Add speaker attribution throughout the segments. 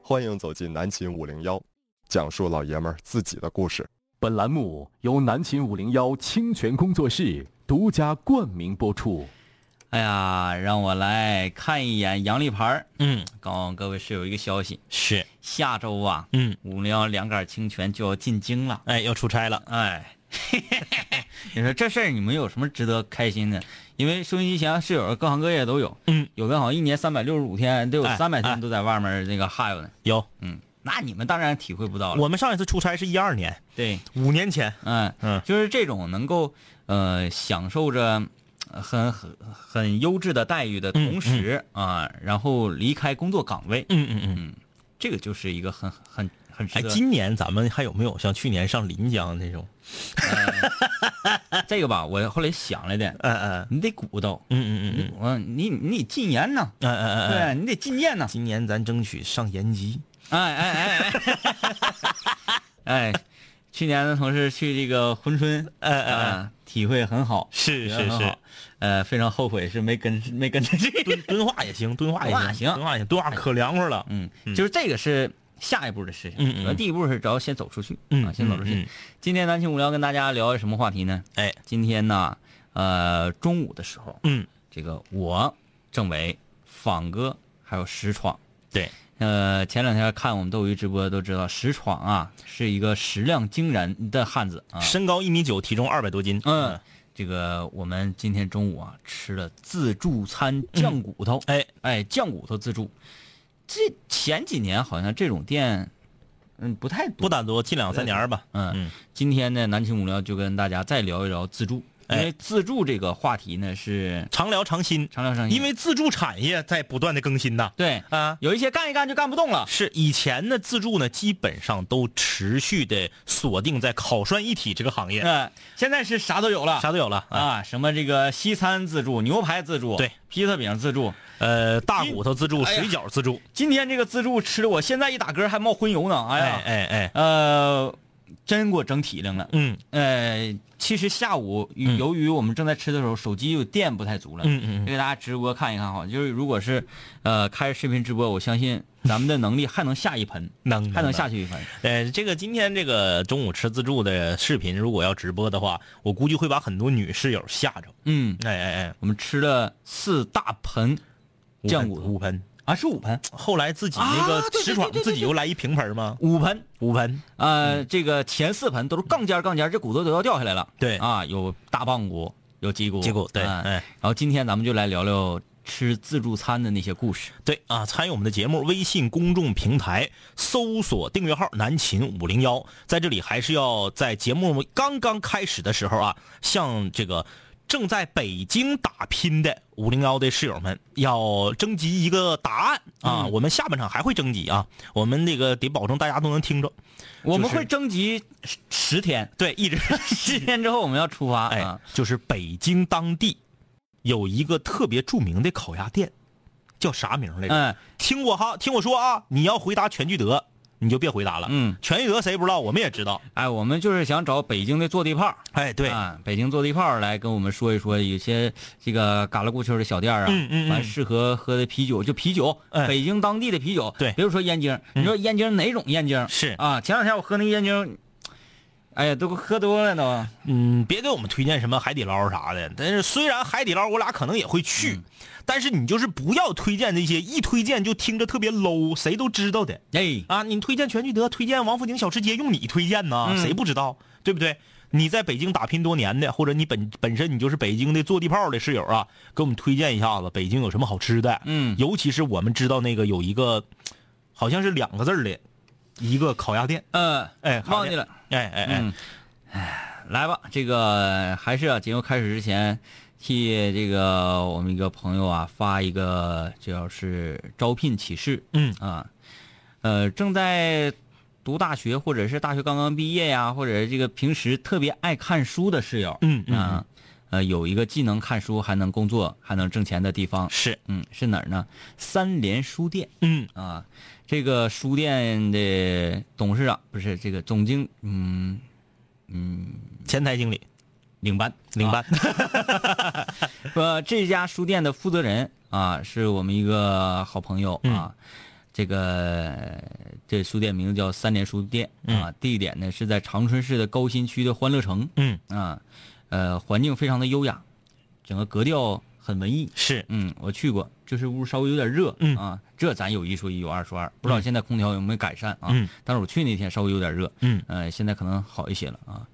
Speaker 1: 欢迎走进南秦五零幺，讲述老爷们儿自己的故事。
Speaker 2: 本栏目由南秦五零幺清泉工作室独家冠名播出。
Speaker 3: 哎呀，让我来看一眼阳历牌儿
Speaker 4: 嗯
Speaker 3: 告诉各位是有一个消息，
Speaker 4: 是，
Speaker 3: 下周啊，
Speaker 4: 嗯，
Speaker 3: 五零幺两杆清泉就要进京了。
Speaker 4: 哎，要出差了，
Speaker 3: 哎， 你说这事儿你们有什么值得开心的？因为收音机前是有各行各业都有，
Speaker 4: 嗯，
Speaker 3: 有的好像一年三百六十五天得有
Speaker 4: 哎
Speaker 3: 三百
Speaker 4: 哎
Speaker 3: 天都在外面那个哈悠呢。
Speaker 4: 有。
Speaker 3: 嗯，那你们当然体会不到了。
Speaker 4: 我们上一次出差是一二年，
Speaker 3: 对，
Speaker 4: 五年前。
Speaker 3: 嗯
Speaker 4: 嗯
Speaker 3: 就是这种能够呃享受着呃很很很优质的待遇的同时、
Speaker 4: 嗯
Speaker 3: 啊，然后离开工作岗位，
Speaker 4: 嗯嗯嗯。
Speaker 3: 这个就是一个很很很值
Speaker 4: 哎，
Speaker 3: 得。
Speaker 4: 今年咱们还有没有像去年上临江那种？
Speaker 3: 呃 这个吧，我后来想了点，
Speaker 4: 嗯嗯
Speaker 3: 你得鼓捣，
Speaker 4: 嗯嗯
Speaker 3: 你
Speaker 4: 嗯
Speaker 3: 鼓你你得禁言呐，
Speaker 4: 嗯嗯嗯。
Speaker 3: 对你得禁言呐，
Speaker 4: 今年咱争取上延吉。
Speaker 3: 哎哎哎 哎，哎，去年的同事去这个珲春，
Speaker 4: 哎哎哎
Speaker 3: 啊，体会很好，
Speaker 4: 是
Speaker 3: 体会很
Speaker 4: 是
Speaker 3: 好
Speaker 4: 是，，
Speaker 3: 呃，非常后悔是没跟 没跟着去。
Speaker 4: 敦敦化也行，敦化
Speaker 3: 敦化
Speaker 4: 也
Speaker 3: 行
Speaker 4: 敦化也行，敦化可凉快了。
Speaker 3: 嗯，就是这个是下一步的事情。
Speaker 4: 嗯嗯
Speaker 3: 可
Speaker 4: 嗯
Speaker 3: 能第一步是只要先走出去，
Speaker 4: 嗯
Speaker 3: 啊，先走出去。
Speaker 4: 嗯嗯
Speaker 3: 今天南青无聊跟大家聊什么话题呢？
Speaker 4: 哎，
Speaker 3: 今天呢，呃，中午的时候，
Speaker 4: 嗯，
Speaker 3: 这个我政委、仿哥还有石闯，
Speaker 4: 对，
Speaker 3: 呃，前两天看我们斗鱼直播都知道，石闯啊是一个食量惊人的汉子啊。
Speaker 4: 身高一米九，体重二百多斤。
Speaker 3: 嗯，，这个我们今天中午啊吃了自助餐酱骨头，
Speaker 4: 哎，
Speaker 3: 哎，酱骨头自助，这前几年好像这种店，嗯，不太
Speaker 4: 不
Speaker 3: 多。
Speaker 4: 打多，近两三年儿吧。
Speaker 3: 嗯，
Speaker 4: 嗯
Speaker 3: 今天呢，南青无聊就跟大家再聊一聊自助，
Speaker 4: 哎
Speaker 3: 因为自助这个话题呢是
Speaker 4: 常聊常新，
Speaker 3: 长聊长新，
Speaker 4: 因为自助产业在不断的更新呐。
Speaker 3: 对
Speaker 4: 啊，
Speaker 3: 有一些干一干就干不动了，
Speaker 4: 是以前呢，自助呢基本上都持续的锁定在烤涮一体这个行业，
Speaker 3: 嗯，现在是啥都有了，
Speaker 4: 啥都有了啊。
Speaker 3: 啊，什么这个西餐自助、牛排自助、
Speaker 4: 对
Speaker 3: 披萨饼自助。
Speaker 4: 呃，大骨头自助、
Speaker 3: 哎呀
Speaker 4: 水饺自助，
Speaker 3: 今天这个自助吃的，我现在一打嗝还冒荤油呢，哎
Speaker 4: 哎
Speaker 3: 呀，
Speaker 4: 哎哎，
Speaker 3: 呃，真给我整体灵了。
Speaker 4: 嗯
Speaker 3: 呃，其实下午
Speaker 4: 嗯
Speaker 3: 由于我们正在吃的时候，手机有电不太足了，
Speaker 4: 嗯嗯嗯
Speaker 3: 给大家直播看一看哈。就是如果是呃开着视频直播，我相 信咱们的能力还能下一盆，
Speaker 4: 能
Speaker 3: 还能下。去一盆。
Speaker 4: 呃，嗯这个今天这个中午吃自助的视频，如果要直播的话，我估计会把很多女室友吓着。
Speaker 3: 嗯，
Speaker 4: 哎哎哎，
Speaker 3: 我们吃了四大盆
Speaker 4: 五
Speaker 3: 酱
Speaker 4: 盆
Speaker 3: 骨头
Speaker 4: 五盆，
Speaker 3: 啊，是五盆，
Speaker 4: 后来自己那
Speaker 3: 啊
Speaker 4: 个
Speaker 3: 对对
Speaker 4: 石闯
Speaker 3: 对对对
Speaker 4: 自己又来一平盆吗？
Speaker 3: 五盆。
Speaker 4: 五盆，嗯
Speaker 3: 呃，这个前四盆都是杠尖儿杠尖儿，这骨头都要掉下来了。
Speaker 4: 对
Speaker 3: 啊，有大棒骨，有脊骨，
Speaker 4: 结果对，
Speaker 3: 嗯
Speaker 4: 哎。
Speaker 3: 然后今天咱们就来聊聊吃自助餐的那些故事。
Speaker 4: 对啊，参与我们的节目，微信公众平台搜索订阅号“南秦五零幺”。在这里，还是要在节目刚刚开始的时候啊，向这个正在北京打拼的五零幺的室友们，要征集一个答案啊！我们下半场还会征集啊，我们这个得保证大家都能听着。
Speaker 3: 我们会征集十十天，
Speaker 4: 对，一直
Speaker 3: 十天之后我们要出发。
Speaker 4: 哎
Speaker 3: 啊，
Speaker 4: 就是北京当地有一个特别著名的烤鸭店，叫啥名儿来着？
Speaker 3: 嗯，
Speaker 4: 听我哈，听我说啊，你要回答全聚德，你就别回答了。
Speaker 3: 嗯，
Speaker 4: 全聚德谁不知道？我们也知道。
Speaker 3: 哎，我们就是想找北京的坐地炮，
Speaker 4: 哎，对，
Speaker 3: 啊，北京坐地炮来跟我们说一说，有些这个嘎啦咕秋的小店啊，
Speaker 4: 嗯嗯嗯
Speaker 3: 完适合喝的啤酒就啤酒，
Speaker 4: 哎
Speaker 3: 北京当地的啤酒，
Speaker 4: 对嗯
Speaker 3: 比如说燕京，你说燕京哪种燕京？
Speaker 4: 是
Speaker 3: 啊，前两天我喝那个燕京，哎呀，都喝多了都。
Speaker 4: 嗯，别给我们推荐什么海底捞啥的。但是虽然海底捞我俩可能也会去，但是你就是不要推荐那些一推荐就听着特别 low，谁都知道的
Speaker 3: 哎，
Speaker 4: 啊。你推荐全聚德，推荐王府井小吃街，用你推荐呢，
Speaker 3: 嗯
Speaker 4: 谁不知道？对不对？你在北京打拼多年的，或者你本本身你就是北京的坐地炮的室友啊，给我们推荐一下子北京有什么好吃的。
Speaker 3: 嗯，
Speaker 4: 尤其是我们知道那个有一个，好像是两个字儿的，一个烤鸭店，
Speaker 3: 呃，
Speaker 4: 哎，烤鸭
Speaker 3: 忘记
Speaker 4: 店，
Speaker 3: 了，
Speaker 4: 哎哎哎，
Speaker 3: 嗯，哎，来吧，这个还是啊，节目开始之前，替这个我们一个朋友啊发一个，这要是招聘启事，
Speaker 4: 嗯
Speaker 3: 啊，呃，正在读大学或者是大学刚刚毕业呀，或者这个平时特别爱看书的室友，
Speaker 4: 嗯嗯
Speaker 3: 啊，呃，有一个既能看书还能工作还能挣钱的地方，
Speaker 4: 是，
Speaker 3: 嗯，是哪儿呢？三联书店。
Speaker 4: 嗯
Speaker 3: 啊，这个书店的董事长不是这个总经，嗯嗯，
Speaker 4: 前台经理
Speaker 3: 领班
Speaker 4: 领
Speaker 3: 啊
Speaker 4: 班，
Speaker 3: 呃，这家书店
Speaker 4: 嗯
Speaker 3: 的负责人啊，是我们一个好朋友啊，这个这书店名字叫三联书店啊，地点呢是在长春市的高新区的欢乐城
Speaker 4: 嗯，
Speaker 3: 啊，呃，环境非常的优雅，整个格调很文艺。
Speaker 4: 是，
Speaker 3: 嗯，我去过，就是屋稍微有点热，
Speaker 4: 嗯
Speaker 3: 啊，这咱有一说一，有二说二，不知道现在空调有没有改善啊？
Speaker 4: 嗯，
Speaker 3: 但是我去那天稍微有点热，
Speaker 4: 嗯，
Speaker 3: 呃，现在可能好一些了啊。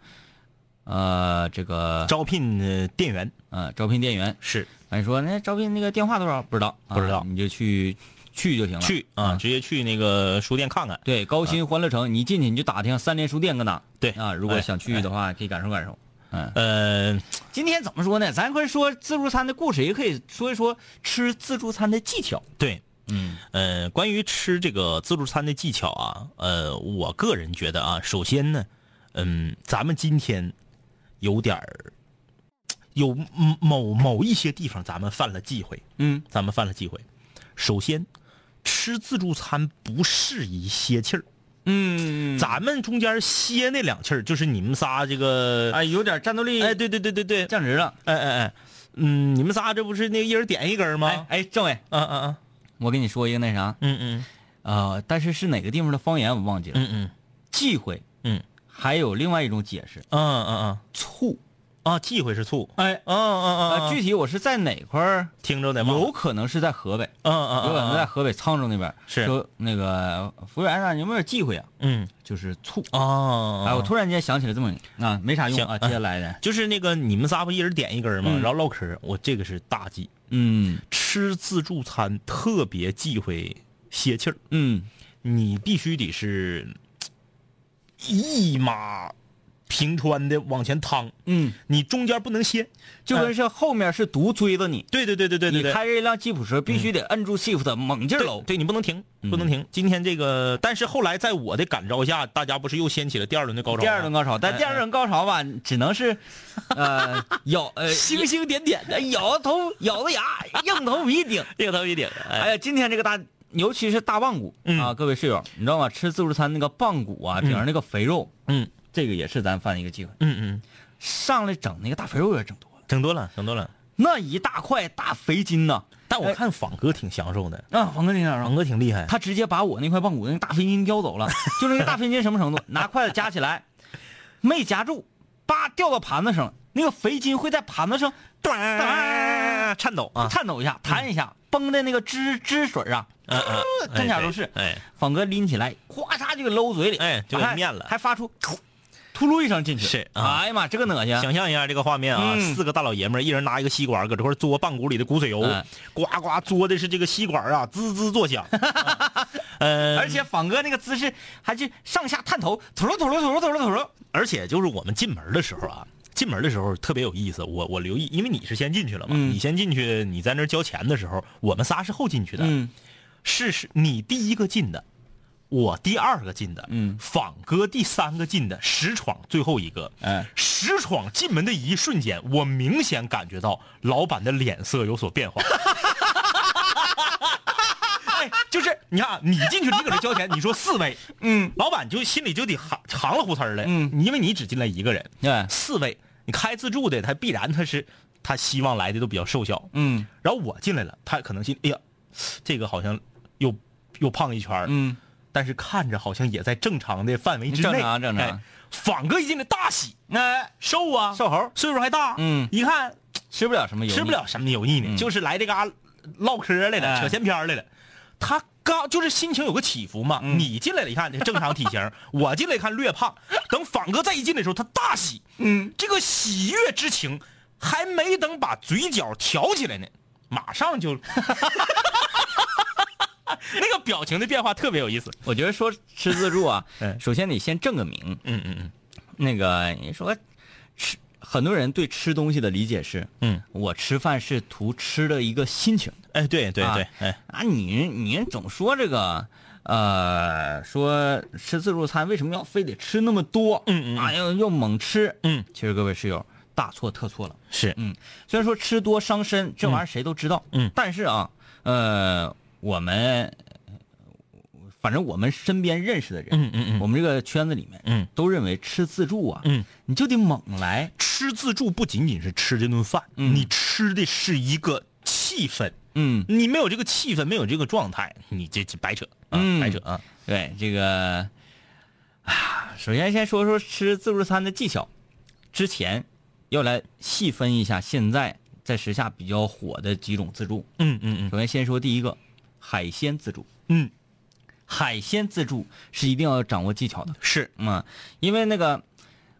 Speaker 3: 呃，这个
Speaker 4: 招聘呃店员
Speaker 3: 呃，招聘店员，
Speaker 4: 是
Speaker 3: 哎，说那招聘那个电话多少？不知道，啊
Speaker 4: 不知道
Speaker 3: 你就去去嗯就行了。
Speaker 4: 去啊，直接去那个书店看看。
Speaker 3: 对，高新欢乐城，你进去你就打听三联书店搁哪。
Speaker 4: 对
Speaker 3: 啊，如果
Speaker 4: 哎
Speaker 3: 想去的话，可以感受感受。嗯，
Speaker 4: 呃，
Speaker 3: 今天怎么说呢？咱快说自助餐的故事，也可以说一说吃自助餐的技巧。
Speaker 4: 对，
Speaker 3: 嗯
Speaker 4: 呃，关于吃这个自助餐的技巧啊，呃，我个人觉得啊，首先呢，嗯，咱们今天有点儿，有嗯某某一些地方咱们犯了忌讳，
Speaker 3: 嗯，
Speaker 4: 咱们犯了忌讳。首先，吃自助餐不适宜歇气儿，
Speaker 3: 嗯，
Speaker 4: 咱们中间歇那两气儿，就是你们仨这个，
Speaker 3: 哎，有点战斗力，
Speaker 4: 哎，对对对对对，
Speaker 3: 降职了。
Speaker 4: 哎哎哎，嗯，你们仨这不是那个一人点一根儿
Speaker 3: 哎
Speaker 4: 吗？
Speaker 3: 哎，政委，
Speaker 4: 嗯嗯嗯
Speaker 3: 我跟你说一个那啥，
Speaker 4: 嗯嗯
Speaker 3: 呃，但是是哪个地方的方言我忘记了，
Speaker 4: 嗯嗯
Speaker 3: 忌讳。
Speaker 4: 嗯，
Speaker 3: 还有另外一种解释，
Speaker 4: 嗯嗯嗯。
Speaker 3: 醋。
Speaker 4: 啊，忌讳是醋。
Speaker 3: 哎，
Speaker 4: 嗯嗯
Speaker 3: 呃，
Speaker 4: 嗯，
Speaker 3: 具
Speaker 4: 具
Speaker 3: 体我是在哪块儿？
Speaker 4: 听着得忘了
Speaker 3: 有可能是在河北，
Speaker 4: 嗯嗯
Speaker 3: 有可能
Speaker 4: 嗯
Speaker 3: 在
Speaker 4: 嗯
Speaker 3: 河北沧州那边。
Speaker 4: 是
Speaker 3: 说那个服务员啊，你有没有忌讳啊？
Speaker 4: 嗯
Speaker 3: 就是醋。
Speaker 4: 哦，
Speaker 3: 哎，我突然间想起来这么啊，没啥用
Speaker 4: 行
Speaker 3: 啊，
Speaker 4: 哎
Speaker 3: 接下来的，
Speaker 4: 就是那个你们仨不一人点一根儿吗？
Speaker 3: 嗯
Speaker 4: 然后唠嗑儿，我这个是大忌。
Speaker 3: 嗯
Speaker 4: 吃自助餐特别忌讳歇气儿，
Speaker 3: 嗯
Speaker 4: 你必须得是一马平川的往前趟，
Speaker 3: 嗯，
Speaker 4: 你中间不能歇。
Speaker 3: 就跟是后面是毒追着你，
Speaker 4: 对对对对对对
Speaker 3: 你
Speaker 4: 对。
Speaker 3: 开着一辆吉普车，必须得摁住 shift 猛劲儿
Speaker 4: 对
Speaker 3: 搂。
Speaker 4: 对你不能停，不能停。今天这个，但是后来在我的感召下，大家不是又掀起了第二轮的高潮吗？
Speaker 3: 第二轮高潮，但第二轮高潮吧，只能是，呃，咬呃
Speaker 4: 星星点点的，
Speaker 3: 咬着头咬着牙，硬头皮顶。
Speaker 4: 这个头一顶，哎
Speaker 3: 哎呀，今天这个大，尤其是大棒骨、
Speaker 4: 嗯
Speaker 3: 啊，各位室友，你知道吗？吃自助餐那个棒骨啊，顶上那个肥肉，
Speaker 4: 嗯
Speaker 3: 这个也是咱犯一个忌讳。
Speaker 4: 嗯嗯，
Speaker 3: 上来整那个大肥肉也整多了，
Speaker 4: 整多了，整多了。
Speaker 3: 那一大块大肥筋呐、
Speaker 4: 但我看仿哥挺享受的，
Speaker 3: 啊，黄哥那啥
Speaker 4: 仿哥挺厉害。
Speaker 3: 他直接把我那块棒骨那个大肥筋叼走 了，就那个大肥筋什么程度？拿筷子夹起来，没夹住，叭掉到盘子上了，那个肥筋会在盘子上
Speaker 4: 啊颤抖啊，
Speaker 3: 颤抖一下、弹一下，崩的那个汁汁水啊，
Speaker 4: 嗯嗯
Speaker 3: 呃真假如是。
Speaker 4: 哎
Speaker 3: 仿哥拎起来，咵嚓就给搂嘴里，
Speaker 4: 哎就给
Speaker 3: 还
Speaker 4: 面了
Speaker 3: 还发出秃噜一声进去。
Speaker 4: 是啊
Speaker 3: 哎呀妈，这个恶
Speaker 4: 哎，
Speaker 3: 心。
Speaker 4: 想象一下这个画面啊，
Speaker 3: 嗯
Speaker 4: 四个大老爷们儿，一人拿一个吸管，搁这块儿嘬棒骨里的骨髓油
Speaker 3: 哎，
Speaker 4: 呱呱嘬的是这个吸管啊，滋滋 作响。啊呃，
Speaker 3: 而且仿哥那个姿势还是上下探头，吐噜吐噜吐噜吐噜吐噜。
Speaker 4: 而且就是我们进门的时候啊，进门的时候特别有意思。我我留意，因为你是先进去了嘛，
Speaker 3: 嗯
Speaker 4: 你先进去，你在那儿交钱的时候，我们仨是后进去的。
Speaker 3: 嗯，
Speaker 4: 是是，你第一个进的，我第二个进的，
Speaker 3: 嗯
Speaker 4: 仿哥第三个进的，石闯最后一个。
Speaker 3: 哎，
Speaker 4: 石闯进门的一瞬间，我明显感觉到老板的脸色有 所变化。哎，就是你看啊，你进去你搁这交钱，你说四位，
Speaker 3: 嗯，
Speaker 4: 老板就心里就得行行了胡丝儿了，
Speaker 3: 嗯，
Speaker 4: 因为你只进来一个人，
Speaker 3: 对，
Speaker 4: 四位，你开自助的，他必然他是他希望来的都比较瘦小，
Speaker 3: 嗯
Speaker 4: 然后我进来了，他可能心里，哎呀，这个好像又又胖一圈儿
Speaker 3: 嗯，
Speaker 4: 但是看着好像也在正常的范围之内，
Speaker 3: 正常正常
Speaker 4: 哎仿哥一进来大喜，
Speaker 3: 那
Speaker 4: 瘦啊，
Speaker 3: 瘦猴
Speaker 4: 岁数还大，
Speaker 3: 嗯
Speaker 4: 一看
Speaker 3: 吃不了什么油腻，
Speaker 4: 吃不了什么油腻呢，就是来这嘎唠嗑来了，
Speaker 3: 哎
Speaker 4: 扯闲篇儿来了。他刚就是心情有个起伏嘛，你进来了，一看这正常体 型，我进来看略胖。等仿哥再一进来的时候，他大喜，嗯，这个喜悦之情还没等把嘴角挑起来呢，马上就， 那个表情的变化特别有意思。
Speaker 3: 我觉得说吃自助啊
Speaker 4: 哎，
Speaker 3: 首先得先正个名。
Speaker 4: 嗯嗯
Speaker 3: 那个你说吃，很多人对吃东西的理解是，
Speaker 4: 嗯，
Speaker 3: 我吃饭是图吃的一个心情。
Speaker 4: 嗯，哎，对对
Speaker 3: 啊
Speaker 4: 对，哎，
Speaker 3: 啊，你你总说这个，呃，说吃自助餐为什么要非得吃那么多？
Speaker 4: 嗯嗯嗯
Speaker 3: 啊，要要猛吃。
Speaker 4: 嗯，
Speaker 3: 其实各位室友大错特错了。
Speaker 4: 是，
Speaker 3: 嗯，虽然说吃多伤身，这玩意儿谁都知道。
Speaker 4: 嗯
Speaker 3: 但是啊，呃，我们呃反正我们身边认识的人，
Speaker 4: 嗯嗯嗯
Speaker 3: 我们这个圈子里面，
Speaker 4: 嗯，
Speaker 3: 都认为吃自助啊，
Speaker 4: 嗯，
Speaker 3: 你就得猛来，
Speaker 4: 吃自助不仅仅是吃这顿饭，
Speaker 3: 嗯
Speaker 4: 你吃的是一个气氛，
Speaker 3: 嗯，
Speaker 4: 你没有这个气氛，没有这个状态，你这这白扯啊，
Speaker 3: 嗯
Speaker 4: 白扯啊，
Speaker 3: 对这个啊，首先先说说吃自助餐的技巧，之前要来细分一下现在在时下比较火的几种自助。
Speaker 4: 嗯嗯嗯
Speaker 3: 首先先说第一个，海鲜自助。
Speaker 4: 嗯，
Speaker 3: 海鲜自助是一定要掌握技巧的。
Speaker 4: 是，
Speaker 3: 嗯，因为那个，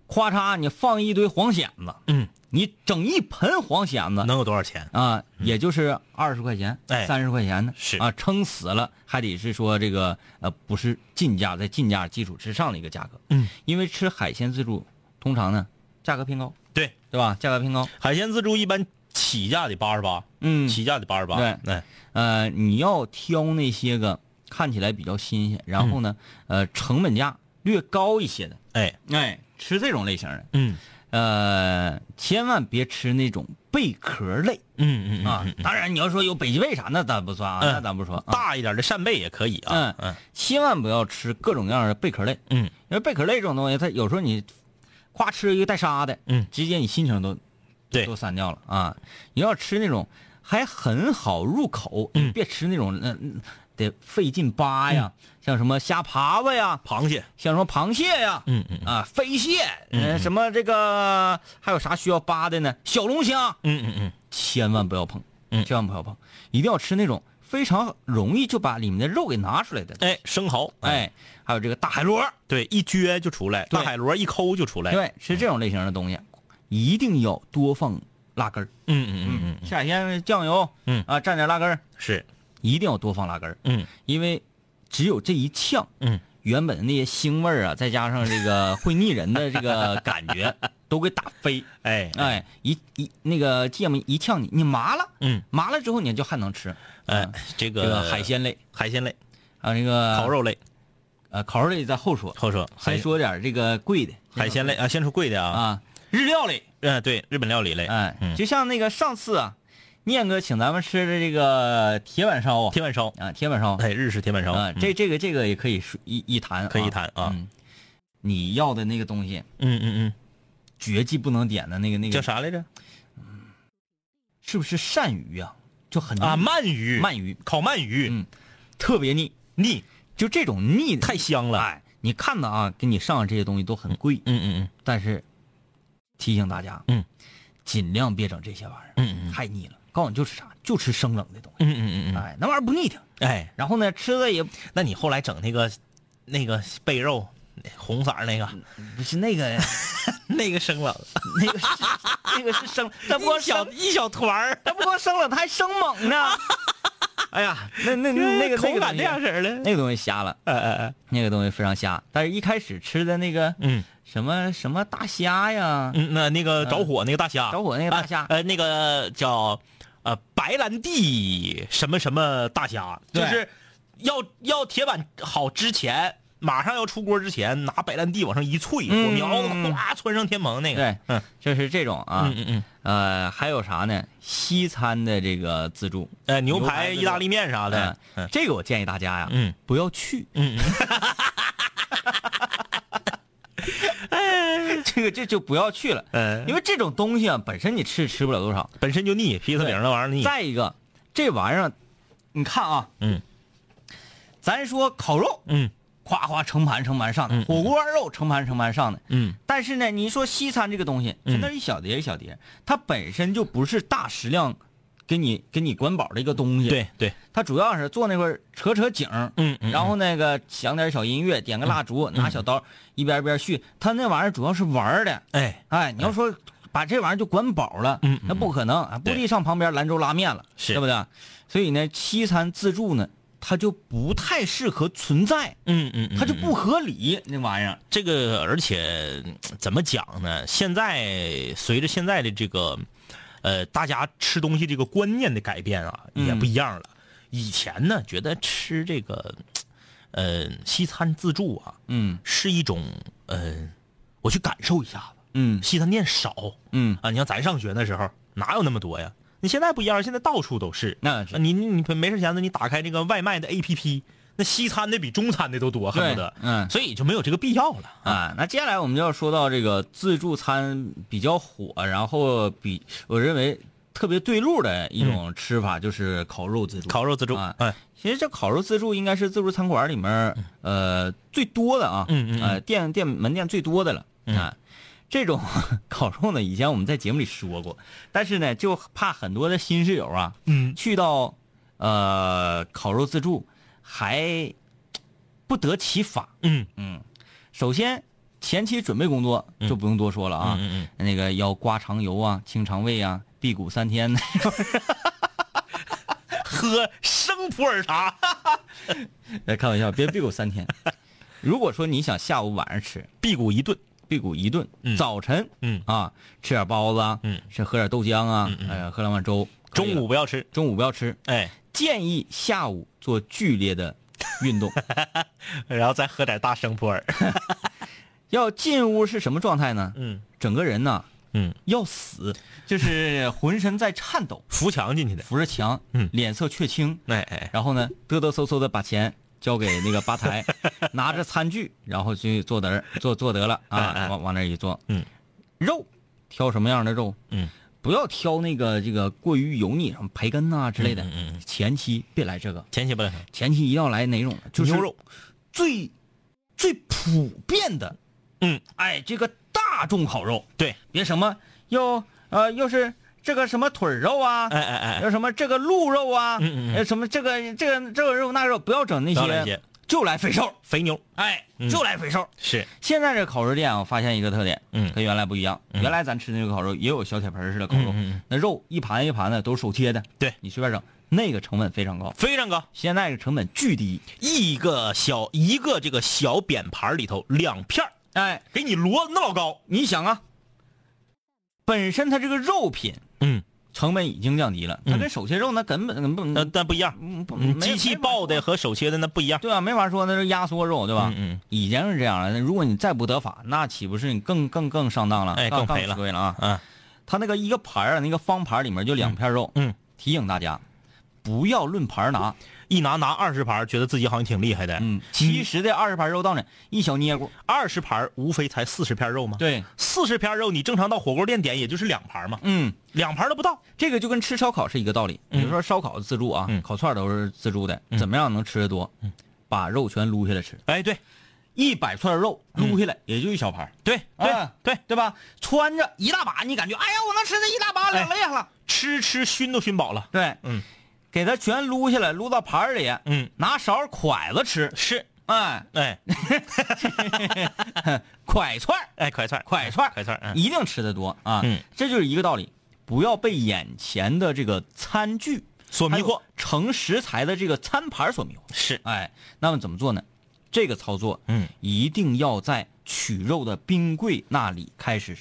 Speaker 3: 咔嚓，你放一堆黄蚬子，
Speaker 4: 嗯，
Speaker 3: 你整一盆黄蚬子，
Speaker 4: 能有多少钱？
Speaker 3: 啊，也就是二十块钱，
Speaker 4: 哎
Speaker 3: 三十块钱的，
Speaker 4: 是
Speaker 3: 啊，撑死了还得是说这个呃，不是进价，在进价基础之上的一个价格。
Speaker 4: 嗯，
Speaker 3: 因为吃海鲜自助通常呢价格偏高，
Speaker 4: 对，
Speaker 3: 对吧？价格偏高，
Speaker 4: 海鲜自助一般起价得八十八，
Speaker 3: 嗯
Speaker 4: 起价得八十八，
Speaker 3: 对
Speaker 4: 哎，
Speaker 3: 呃，你要挑那些个看起来比较新鲜，然后呢，呃，成本价略高一些的，
Speaker 4: 哎，
Speaker 3: 哎，吃这种类型的，
Speaker 4: 嗯
Speaker 3: 呃，千万别吃那种贝壳类
Speaker 4: 嗯嗯
Speaker 3: 啊。当然，你要说有北极贝啥，那咱不算啊，
Speaker 4: 嗯
Speaker 3: 那咱不说啊。
Speaker 4: 大一点的扇贝也可以啊，
Speaker 3: 嗯，千万不要吃各种各样的贝壳类，
Speaker 4: 嗯
Speaker 3: 因为贝壳类这种东西，它有时候你夸吃一个带沙的，
Speaker 4: 嗯
Speaker 3: 直接你心情都
Speaker 4: 对
Speaker 3: 都散掉了啊。你要吃那种还很好入口，
Speaker 4: 嗯
Speaker 3: 你别吃那种那、嗯得费劲扒呀，像什么虾爬子呀，
Speaker 4: 螃蟹，
Speaker 3: 像什么螃蟹呀，
Speaker 4: 嗯嗯
Speaker 3: 啊飞蟹，嗯、什么这个还有啥需要扒的呢？小龙虾，
Speaker 4: 嗯嗯嗯，
Speaker 3: 千万不要碰，
Speaker 4: 嗯
Speaker 3: 千万不要碰，一定要吃那种非常容易就把里面的肉给拿出来的，
Speaker 4: 哎，生蚝，，
Speaker 3: 哎，还有这个大海螺，
Speaker 4: 对，一撅就出来，
Speaker 3: 对
Speaker 4: 大海螺一抠就出来，
Speaker 3: 对，吃这种类型的东西，一定要多放辣根儿，
Speaker 4: 嗯嗯嗯嗯嗯，
Speaker 3: 下些酱油，
Speaker 4: 嗯
Speaker 3: 啊，蘸点辣根儿，
Speaker 4: 是，
Speaker 3: 一定要多放辣根儿，
Speaker 4: 嗯
Speaker 3: 因为只有这一呛，
Speaker 4: 嗯，
Speaker 3: 原本的那些腥味儿啊，再加上这 个会腻人的这个感觉，都给打飞，
Speaker 4: 哎，
Speaker 3: 哎，一一那个芥末一呛你，你麻了，
Speaker 4: 嗯，
Speaker 3: 麻了之后你就还能吃，
Speaker 4: 哎
Speaker 3: 啊，这
Speaker 4: 这
Speaker 3: 个
Speaker 4: 个
Speaker 3: 海鲜类，
Speaker 4: 海鲜类，
Speaker 3: 还有这个
Speaker 4: 烤，肉类，
Speaker 3: 呃，烤肉类在后说，
Speaker 4: 后说哎
Speaker 3: 先说点儿这个贵的
Speaker 4: 海鲜类啊，先说贵的啊，
Speaker 3: 啊，日料类。
Speaker 4: 嗯，对，日本料理类，
Speaker 3: 哎，
Speaker 4: 嗯，
Speaker 3: 就像那个上次啊，念哥请咱们吃的这个铁板烧啊，
Speaker 4: 铁板烧，
Speaker 3: 啊，铁板烧
Speaker 4: 哎，日式铁板烧，
Speaker 3: 啊，
Speaker 4: 嗯
Speaker 3: 这这个这个也可以说一一谈啊，
Speaker 4: 可以一谈啊
Speaker 3: 嗯你要的那个东西，
Speaker 4: 嗯嗯
Speaker 3: 绝技不能点的那个那
Speaker 4: 嗯，
Speaker 3: 个
Speaker 4: 叫？啥来着？
Speaker 3: 是不是鳝鱼啊？就很腻
Speaker 4: 啊，鳗鱼，
Speaker 3: 鳗鱼
Speaker 4: 烤鳗鱼，
Speaker 3: 嗯特别腻，
Speaker 4: 腻，
Speaker 3: 就这种腻的
Speaker 4: 太香了，哎，
Speaker 3: 你看的啊，给你上的这些东西都很贵，
Speaker 4: 嗯嗯
Speaker 3: 但是提醒大家，啊
Speaker 4: 嗯，
Speaker 3: 尽量别整这些玩意儿，
Speaker 4: 嗯嗯
Speaker 3: 太腻了。告诉你就吃啥，就吃生冷的东西，
Speaker 4: 嗯嗯嗯嗯，
Speaker 3: 哎，那玩意儿不腻挺。
Speaker 4: 哎，
Speaker 3: 然后呢，吃的也
Speaker 4: 那你后来整那个那个贝肉，红色儿那个，
Speaker 3: 不是那个，
Speaker 4: 那个生冷，
Speaker 3: 那个是那个是生，它不光
Speaker 4: 一
Speaker 3: 生
Speaker 4: 小，一小团儿，
Speaker 3: 它不光生冷，它还生猛呢。 哎呀，那
Speaker 4: 嗯
Speaker 3: 那那个那
Speaker 4: 口
Speaker 3: 个
Speaker 4: 感
Speaker 3: 东
Speaker 4: 这
Speaker 3: 西，啊
Speaker 4: 样式儿的，
Speaker 3: 那个东西瞎了，
Speaker 4: 哎哎哎，
Speaker 3: 那个东西非常瞎。但是一开始吃的那个
Speaker 4: 嗯
Speaker 3: 什么什么大虾呀，
Speaker 4: 嗯，那那个着火那个大虾，
Speaker 3: 呃着火那个大虾
Speaker 4: 啊呃，那个叫呃白兰地什么什么大虾，就
Speaker 3: 对
Speaker 4: 是要要铁板好之前，马上要出锅之前，拿白兰地往上一淬，火苗子
Speaker 3: 嗯
Speaker 4: 哗窜上天棚那个，
Speaker 3: 对
Speaker 4: 嗯
Speaker 3: 就是这种啊
Speaker 4: 嗯。嗯嗯，
Speaker 3: 呃，还有啥呢？西餐的这个自助，
Speaker 4: 呃，牛
Speaker 3: 牛排
Speaker 4: 排、
Speaker 3: 这
Speaker 4: 意大
Speaker 3: 种
Speaker 4: 利面啥的，
Speaker 3: 嗯
Speaker 4: 嗯，
Speaker 3: 这个我建议大家呀，
Speaker 4: 嗯，
Speaker 3: 不要去。
Speaker 4: 嗯，
Speaker 3: 这个这就不要去了，
Speaker 4: 嗯
Speaker 3: 因为这种东西啊，本身你吃也吃不了多少，
Speaker 4: 本身就腻，披萨饼那玩意儿腻，
Speaker 3: 再一个，这玩意儿，你看啊，
Speaker 4: 嗯，
Speaker 3: 咱说烤肉，
Speaker 4: 嗯
Speaker 3: 夸夸盛盘盛盘上的，
Speaker 4: 嗯嗯
Speaker 3: 火锅肉盛盘盛盘上的。
Speaker 4: 嗯
Speaker 3: 但是呢，你说西餐这个东西，就
Speaker 4: 嗯
Speaker 3: 那一小碟一小碟，它本身就不是大食量，给你给你管饱的一个东西。，
Speaker 4: 对对，
Speaker 3: 它主要是坐那块儿扯扯景，
Speaker 4: 嗯嗯
Speaker 3: 然后那个响点小音乐，点个蜡烛，拿小刀一边一边续。它那玩意儿主要是玩儿的，
Speaker 4: 哎，
Speaker 3: 哎，你要说把这玩意儿就管饱了，
Speaker 4: 嗯嗯
Speaker 3: 那不可能啊，不
Speaker 4: 对
Speaker 3: 地上旁边兰州拉面了，
Speaker 4: 是
Speaker 3: 对不对？所以呢，西餐自助呢，它就不太适合存在，
Speaker 4: 嗯嗯，
Speaker 3: 它就不合理那玩意儿。
Speaker 4: 这个，而且嗯怎么讲呢？现在随着现在的这个，呃，大家吃东西这个观念的改变啊，
Speaker 3: 嗯
Speaker 4: 也不一样了。以前呢，觉得吃这个，呃，西餐自助啊，
Speaker 3: 嗯
Speaker 4: 是一种，呃，我去感受一下子。
Speaker 3: 嗯
Speaker 4: 西餐店少
Speaker 3: 嗯，
Speaker 4: 啊，你像咱上学那时候哪有那么多呀？你现在不一样，现在到处都是。
Speaker 3: 那是
Speaker 4: 啊你你你没事闲的，你打开这个外卖的 APP，那西餐的比中餐的都多，恨
Speaker 3: 对
Speaker 4: 不得，，
Speaker 3: 嗯
Speaker 4: 所以就没有这个必要了啊。
Speaker 3: 啊，那接下来我们就要说到这个自助餐比较火，然后比我认为特别对路的一
Speaker 4: 嗯
Speaker 3: 种吃法，就是烤肉自助。
Speaker 4: 烤肉自助，
Speaker 3: 啊
Speaker 4: 哎，
Speaker 3: 其实这烤肉自助应该是自助餐馆里面呃最多的啊，
Speaker 4: 嗯嗯嗯
Speaker 3: 呃店店门店最多的了啊。这种 烤肉呢，以前我们在节目里说过，但是呢，就怕很多的新室友啊，
Speaker 4: 嗯，
Speaker 3: 去到呃烤肉自助还不得其法。
Speaker 4: 嗯
Speaker 3: 首先，前期准备工作就不用多说了啊，
Speaker 4: 嗯嗯
Speaker 3: 那个要刮肠油啊、清肠胃啊、辟谷三天，
Speaker 4: 喝生普洱茶
Speaker 3: 来开玩笑，别辟谷三天。 如果说你想下午晚上吃，
Speaker 4: 辟谷一顿，
Speaker 3: 辟谷一顿，
Speaker 4: 嗯
Speaker 3: 早晨，
Speaker 4: 嗯
Speaker 3: 啊，吃点包子啊，
Speaker 4: 嗯
Speaker 3: 是喝点豆浆啊，哎呀、喝两碗粥。可以
Speaker 4: 中
Speaker 3: 了
Speaker 4: 午不要吃，
Speaker 3: 中午不要吃，
Speaker 4: 哎，
Speaker 3: 建议下午做剧烈 的运动。
Speaker 4: 然后再喝点大生普洱，
Speaker 3: 要进屋是什么状态呢？
Speaker 4: 嗯
Speaker 3: 整个人呐
Speaker 4: 嗯，
Speaker 3: 要死，就是浑身在颤抖，
Speaker 4: 扶墙进去的，
Speaker 3: 扶着墙，
Speaker 4: 嗯
Speaker 3: 脸色却青，
Speaker 4: 哎哎，
Speaker 3: 然后呢嘚嘚嗖嗖的把钱交给那个吧 台，拿着餐具，然后去坐得儿坐坐得了
Speaker 4: 哎哎
Speaker 3: 啊，往往那儿一坐，
Speaker 4: 嗯，
Speaker 3: 肉挑什么样的肉？
Speaker 4: 嗯，
Speaker 3: 不要挑那个这个过于油腻，什么培根呐、啊之类的，
Speaker 4: 嗯嗯嗯
Speaker 3: 前期别来这个，
Speaker 4: 前期不来，
Speaker 3: 前期一定要来哪种呢？就是
Speaker 4: 牛肉，
Speaker 3: 最最普遍的，
Speaker 4: 嗯，
Speaker 3: 哎，这个大众烤肉，
Speaker 4: 对，
Speaker 3: 别什么又呃又是这个什么腿儿肉啊，
Speaker 4: 哎哎哎，
Speaker 3: 有什么这个鹿肉啊，
Speaker 4: 嗯嗯嗯
Speaker 3: 呃什么这个这个这个肉那肉，不要整那
Speaker 4: 不要来这
Speaker 3: 些
Speaker 4: 些，
Speaker 3: 就来肥瘦，
Speaker 4: 肥牛
Speaker 3: 哎，
Speaker 4: 嗯
Speaker 3: 就来肥瘦。
Speaker 4: 是，
Speaker 3: 现在这烤肉店啊，我发现一个特点，
Speaker 4: 嗯
Speaker 3: 跟原来不一样。原来咱吃那个烤肉也有小铁盆儿似的烤肉，
Speaker 4: 嗯嗯嗯
Speaker 3: 那肉一盘一盘的都是手切的，
Speaker 4: 对
Speaker 3: 你随便整，那个成本非常高。
Speaker 4: 非常高，
Speaker 3: 现在这成本巨低，
Speaker 4: 一个小一个这个小扁盘里头两片儿
Speaker 3: 哎，
Speaker 4: 给你摞那老高，
Speaker 3: 你想啊，本身它这个肉品
Speaker 4: 嗯，
Speaker 3: 成本已经降低了，它
Speaker 4: 嗯
Speaker 3: 跟手切肉那根本根本
Speaker 4: 但但不一样，
Speaker 3: 嗯不
Speaker 4: 嗯
Speaker 3: 没
Speaker 4: 机器
Speaker 3: 没法
Speaker 4: 爆
Speaker 3: 说
Speaker 4: 的和手切的那不一样，
Speaker 3: 对啊，没法说，那是压缩肉，对吧？
Speaker 4: 嗯嗯
Speaker 3: 已经是这样了。那如果你再不得法，那岂不是你更更更上当了？
Speaker 4: 哎
Speaker 3: 更
Speaker 4: 更赔了
Speaker 3: 对了啊！
Speaker 4: 啊，
Speaker 3: 它那个一个盘儿啊，那个方盘儿里面就两片肉。
Speaker 4: 嗯嗯
Speaker 3: 提醒大家，不要论盘儿拿。
Speaker 4: 一拿拿二十盘儿，觉得自己好像挺厉害的，
Speaker 3: 嗯，其实这二十盘肉到那一小捏咕。
Speaker 4: 二十盘儿无非才四十片肉吗？，
Speaker 3: 对，
Speaker 4: 四十片肉你正常到火锅店点也就是两盘嘛，
Speaker 3: 嗯，
Speaker 4: 两盘都不到。
Speaker 3: 这个就跟吃烧烤是一个道理。比如说烧烤自助啊，
Speaker 4: 嗯
Speaker 3: 烤串都是自助的，怎么样能吃的多？把肉全撸下来吃，
Speaker 4: 哎，对
Speaker 3: 一百串肉
Speaker 4: 嗯
Speaker 3: 撸下来也就一小盘儿。
Speaker 4: 对对、
Speaker 3: 啊
Speaker 4: 对，
Speaker 3: 对吧？穿着一大把，你感觉哎呀，我能吃这一大把，
Speaker 4: 哎
Speaker 3: 老厉害了。
Speaker 4: 吃吃熏都熏饱了。
Speaker 3: 对，
Speaker 4: 嗯，
Speaker 3: 给它全撸下来，撸到盘儿里，
Speaker 4: 嗯，
Speaker 3: 拿勺蒯子吃，
Speaker 4: 是，
Speaker 3: 哎，
Speaker 4: 哎
Speaker 3: 蒯串儿
Speaker 4: 哎，快菜
Speaker 3: 蒯串儿
Speaker 4: 快菜，嗯
Speaker 3: 一定吃的多啊。
Speaker 4: 嗯，
Speaker 3: 这就是一个道理，不要被眼前的这个餐具
Speaker 4: 所迷
Speaker 3: 还有
Speaker 4: 惑
Speaker 3: 盛食材的这个餐盘所迷惑。
Speaker 4: 是，
Speaker 3: 哎，那么怎么做呢？这个操作，
Speaker 4: 嗯，
Speaker 3: 一定要在取肉的冰柜那里开始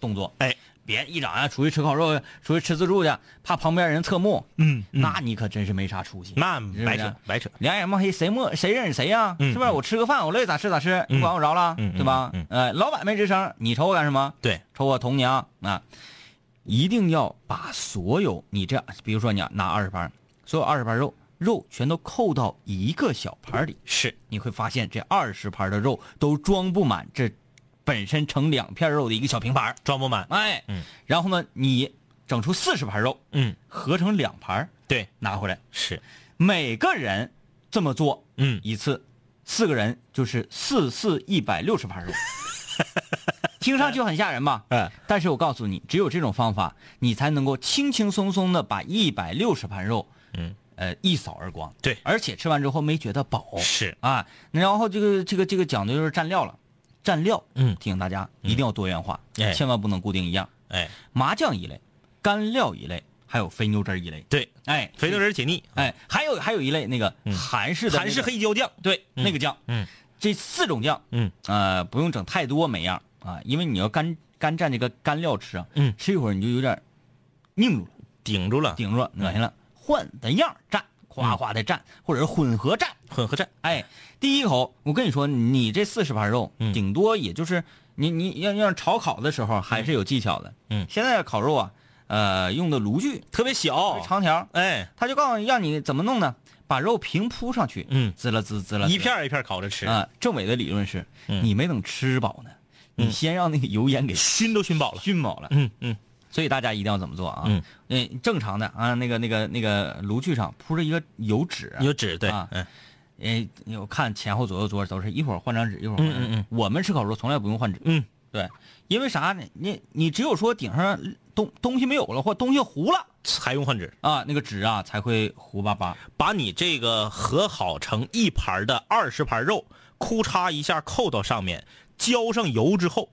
Speaker 3: 动作。
Speaker 4: 哎，
Speaker 3: 别一整啊，出去吃烤肉，出去吃自助去，怕旁边人侧目，
Speaker 4: 嗯嗯
Speaker 3: 那你可真是没啥出息。
Speaker 4: 那
Speaker 3: 是不是
Speaker 4: 白扯白扯，
Speaker 3: 两眼冒黑，谁摸谁认识谁呀、
Speaker 4: 嗯
Speaker 3: 是不是？我吃个饭，我乐意咋吃咋吃，你管我着了，
Speaker 4: 嗯嗯
Speaker 3: 对吧？
Speaker 4: 嗯
Speaker 3: 呃，老板没吱声，你瞅我干什么？
Speaker 4: 对，
Speaker 3: 瞅我捅你啊！啊，一定要把所有你这，比如说你啊拿二十盘，所有二十盘肉，肉全都扣到一个小盘里，
Speaker 4: 是
Speaker 3: 你会发现这二十盘的肉都装不满这本身盛两片肉的一个小平盘儿。
Speaker 4: 装不满。
Speaker 3: 哎，
Speaker 4: 嗯
Speaker 3: 然后呢，你整出四十盘肉，
Speaker 4: 嗯，
Speaker 3: 合成两盘儿
Speaker 4: 对，
Speaker 3: 拿回来，
Speaker 4: 是，
Speaker 3: 每个人这么做
Speaker 4: 嗯，
Speaker 3: 一次，四个人就是四四一百六十 盘肉，听上去很吓人吧？
Speaker 4: 哎，
Speaker 3: 但是我告诉你，只有这种方法，你才能够轻轻松松的把一百六十盘肉，
Speaker 4: 嗯，
Speaker 3: 呃，一扫而光。
Speaker 4: 对
Speaker 3: 而且吃完之后没觉得饱
Speaker 4: 是，
Speaker 3: 啊。然后这个这个这个讲究就是蘸料了，蘸料，
Speaker 4: 嗯
Speaker 3: 提醒大家一定要多元化，
Speaker 4: 哎
Speaker 3: 千万不能固定一样。
Speaker 4: 哎，
Speaker 3: 麻酱一类，干料一类，还有肥牛汁儿一类。
Speaker 4: 对，
Speaker 3: 哎，
Speaker 4: 肥牛仁解腻，
Speaker 3: 哎，还有还有一类那个韩式的那
Speaker 4: 韩
Speaker 3: 个
Speaker 4: 式黑椒酱，
Speaker 3: 对，那个酱，
Speaker 4: 嗯，
Speaker 3: 这四种酱，
Speaker 4: 嗯，
Speaker 3: 呃，不用整太多每样啊，因为你要干干蘸这个干料吃啊，
Speaker 4: 嗯
Speaker 3: 吃一会儿你就有点拧住了，
Speaker 4: 顶住了，
Speaker 3: 顶住了，恶心了，换的样儿蘸，
Speaker 4: 嗯
Speaker 3: 夸夸的蘸，或者是混合蘸，
Speaker 4: 混合蘸，
Speaker 3: 哎，第一口我跟你说，你这四十盘肉，
Speaker 4: 嗯
Speaker 3: 顶多也就是你你要要炒烤的时候还是有技巧的，
Speaker 4: 嗯
Speaker 3: 现在的烤肉啊，呃，用的炉具
Speaker 4: 特别小，
Speaker 3: 长条，
Speaker 4: 哎，
Speaker 3: 他就告诉你让你怎么弄呢，把肉平铺上去，
Speaker 4: 嗯
Speaker 3: 滋啦滋滋啦滋啦，
Speaker 4: 一片儿一片儿烤着吃，
Speaker 3: 啊，政委的理论是，
Speaker 4: 嗯
Speaker 3: 你没等吃饱呢，你先让那个油烟给
Speaker 4: 熏都熏饱了。
Speaker 3: 熏饱了，
Speaker 4: 嗯嗯，
Speaker 3: 所以大家一定要怎么做啊？
Speaker 4: 嗯
Speaker 3: 嗯，正常的啊，那个那个那个炉具上铺着一个油纸，
Speaker 4: 你就指对
Speaker 3: 啊，
Speaker 4: 嗯，
Speaker 3: 哎，我看前后左右桌都是一会儿换张纸，一会儿换张纸。
Speaker 4: 嗯嗯嗯
Speaker 3: 我们吃烤肉从来不用换纸。
Speaker 4: 嗯，
Speaker 3: 对，因为啥呢？你你只有说顶上东东西没有了或东西糊了
Speaker 4: 还用换纸，
Speaker 3: 啊，那个纸啊才会糊巴巴。
Speaker 4: 把你这个和好成一盘的二十盘肉，哭嚓一下扣到上面，浇上油之后，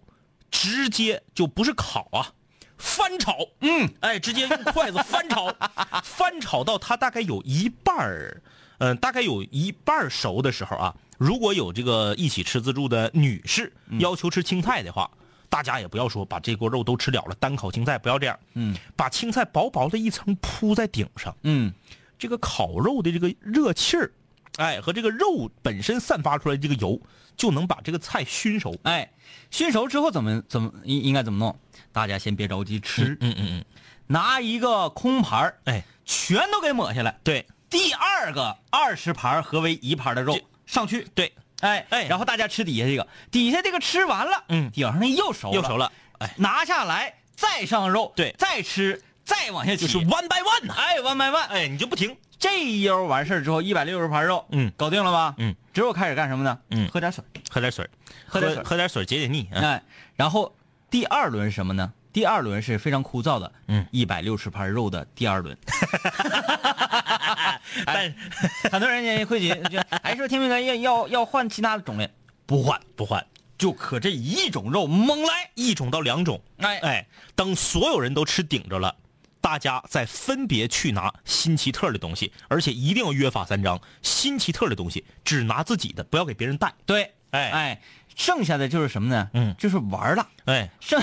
Speaker 4: 直接就不是烤啊，翻炒。嗯，哎，直接用筷子翻炒， 翻炒到它大概有一半儿，嗯、大概有一半儿熟的时候啊。如果有这个一起吃自助的女士要求吃青菜的话，大家也不要说把这锅肉都吃了了，单烤青菜不要这样。
Speaker 3: 嗯，
Speaker 4: 把青菜薄薄的一层铺在顶上。
Speaker 3: 嗯，
Speaker 4: 这个烤肉的这个热气儿，哎，和这个肉本身散发出来的这个油，就能把这个菜熏熟。
Speaker 3: 哎，熏熟之后怎么怎么应应该怎么弄？大家先别着急吃，
Speaker 4: 嗯嗯嗯，
Speaker 3: 拿一个空盘儿，
Speaker 4: 哎，
Speaker 3: 全都给抹下来。
Speaker 4: 对
Speaker 3: 第二个二十盘儿合为一盘儿的肉
Speaker 4: 这
Speaker 3: 上去，
Speaker 4: 对，
Speaker 3: 哎
Speaker 4: 哎
Speaker 3: 然后大家吃底下这个，底下这个吃完了，
Speaker 4: 嗯
Speaker 3: 顶上那又熟
Speaker 4: 又熟了，哎
Speaker 3: 拿下来再上肉，
Speaker 4: 对
Speaker 3: 再吃，再往下起，
Speaker 4: 就是 one by one 呐、
Speaker 3: 哎，one by one，
Speaker 4: 哎，你就不停。
Speaker 3: 这一悠完事儿之后，一百六十盘肉，
Speaker 4: 嗯
Speaker 3: 搞定了吧？
Speaker 4: 嗯，
Speaker 3: 之后开始干什么呢？
Speaker 4: 嗯
Speaker 3: 喝点水，
Speaker 4: 喝点水儿，
Speaker 3: 喝点水儿
Speaker 4: 喝点水儿解解腻 啊！
Speaker 3: 哎，然后第二轮是什么呢？第二轮是非常枯燥的，
Speaker 4: 嗯，
Speaker 3: 一百六十盘肉的第二 轮，哎
Speaker 4: 但
Speaker 3: 很多人也会觉得，哎，说天明哥要要要换其他的种类，不换，
Speaker 4: 不换，
Speaker 3: 就可这一种肉猛来，
Speaker 4: 一种到两种，
Speaker 3: 哎
Speaker 4: 哎，等所有人都吃顶着了，大家再分别去拿新奇特的东西，而且一定要约法三章，新奇特的东西只拿自己的，不要给别人带。
Speaker 3: 对，
Speaker 4: 哎
Speaker 3: 哎，剩下的就是什么呢？
Speaker 4: 嗯
Speaker 3: 就是玩儿了。
Speaker 4: 哎，
Speaker 3: 剩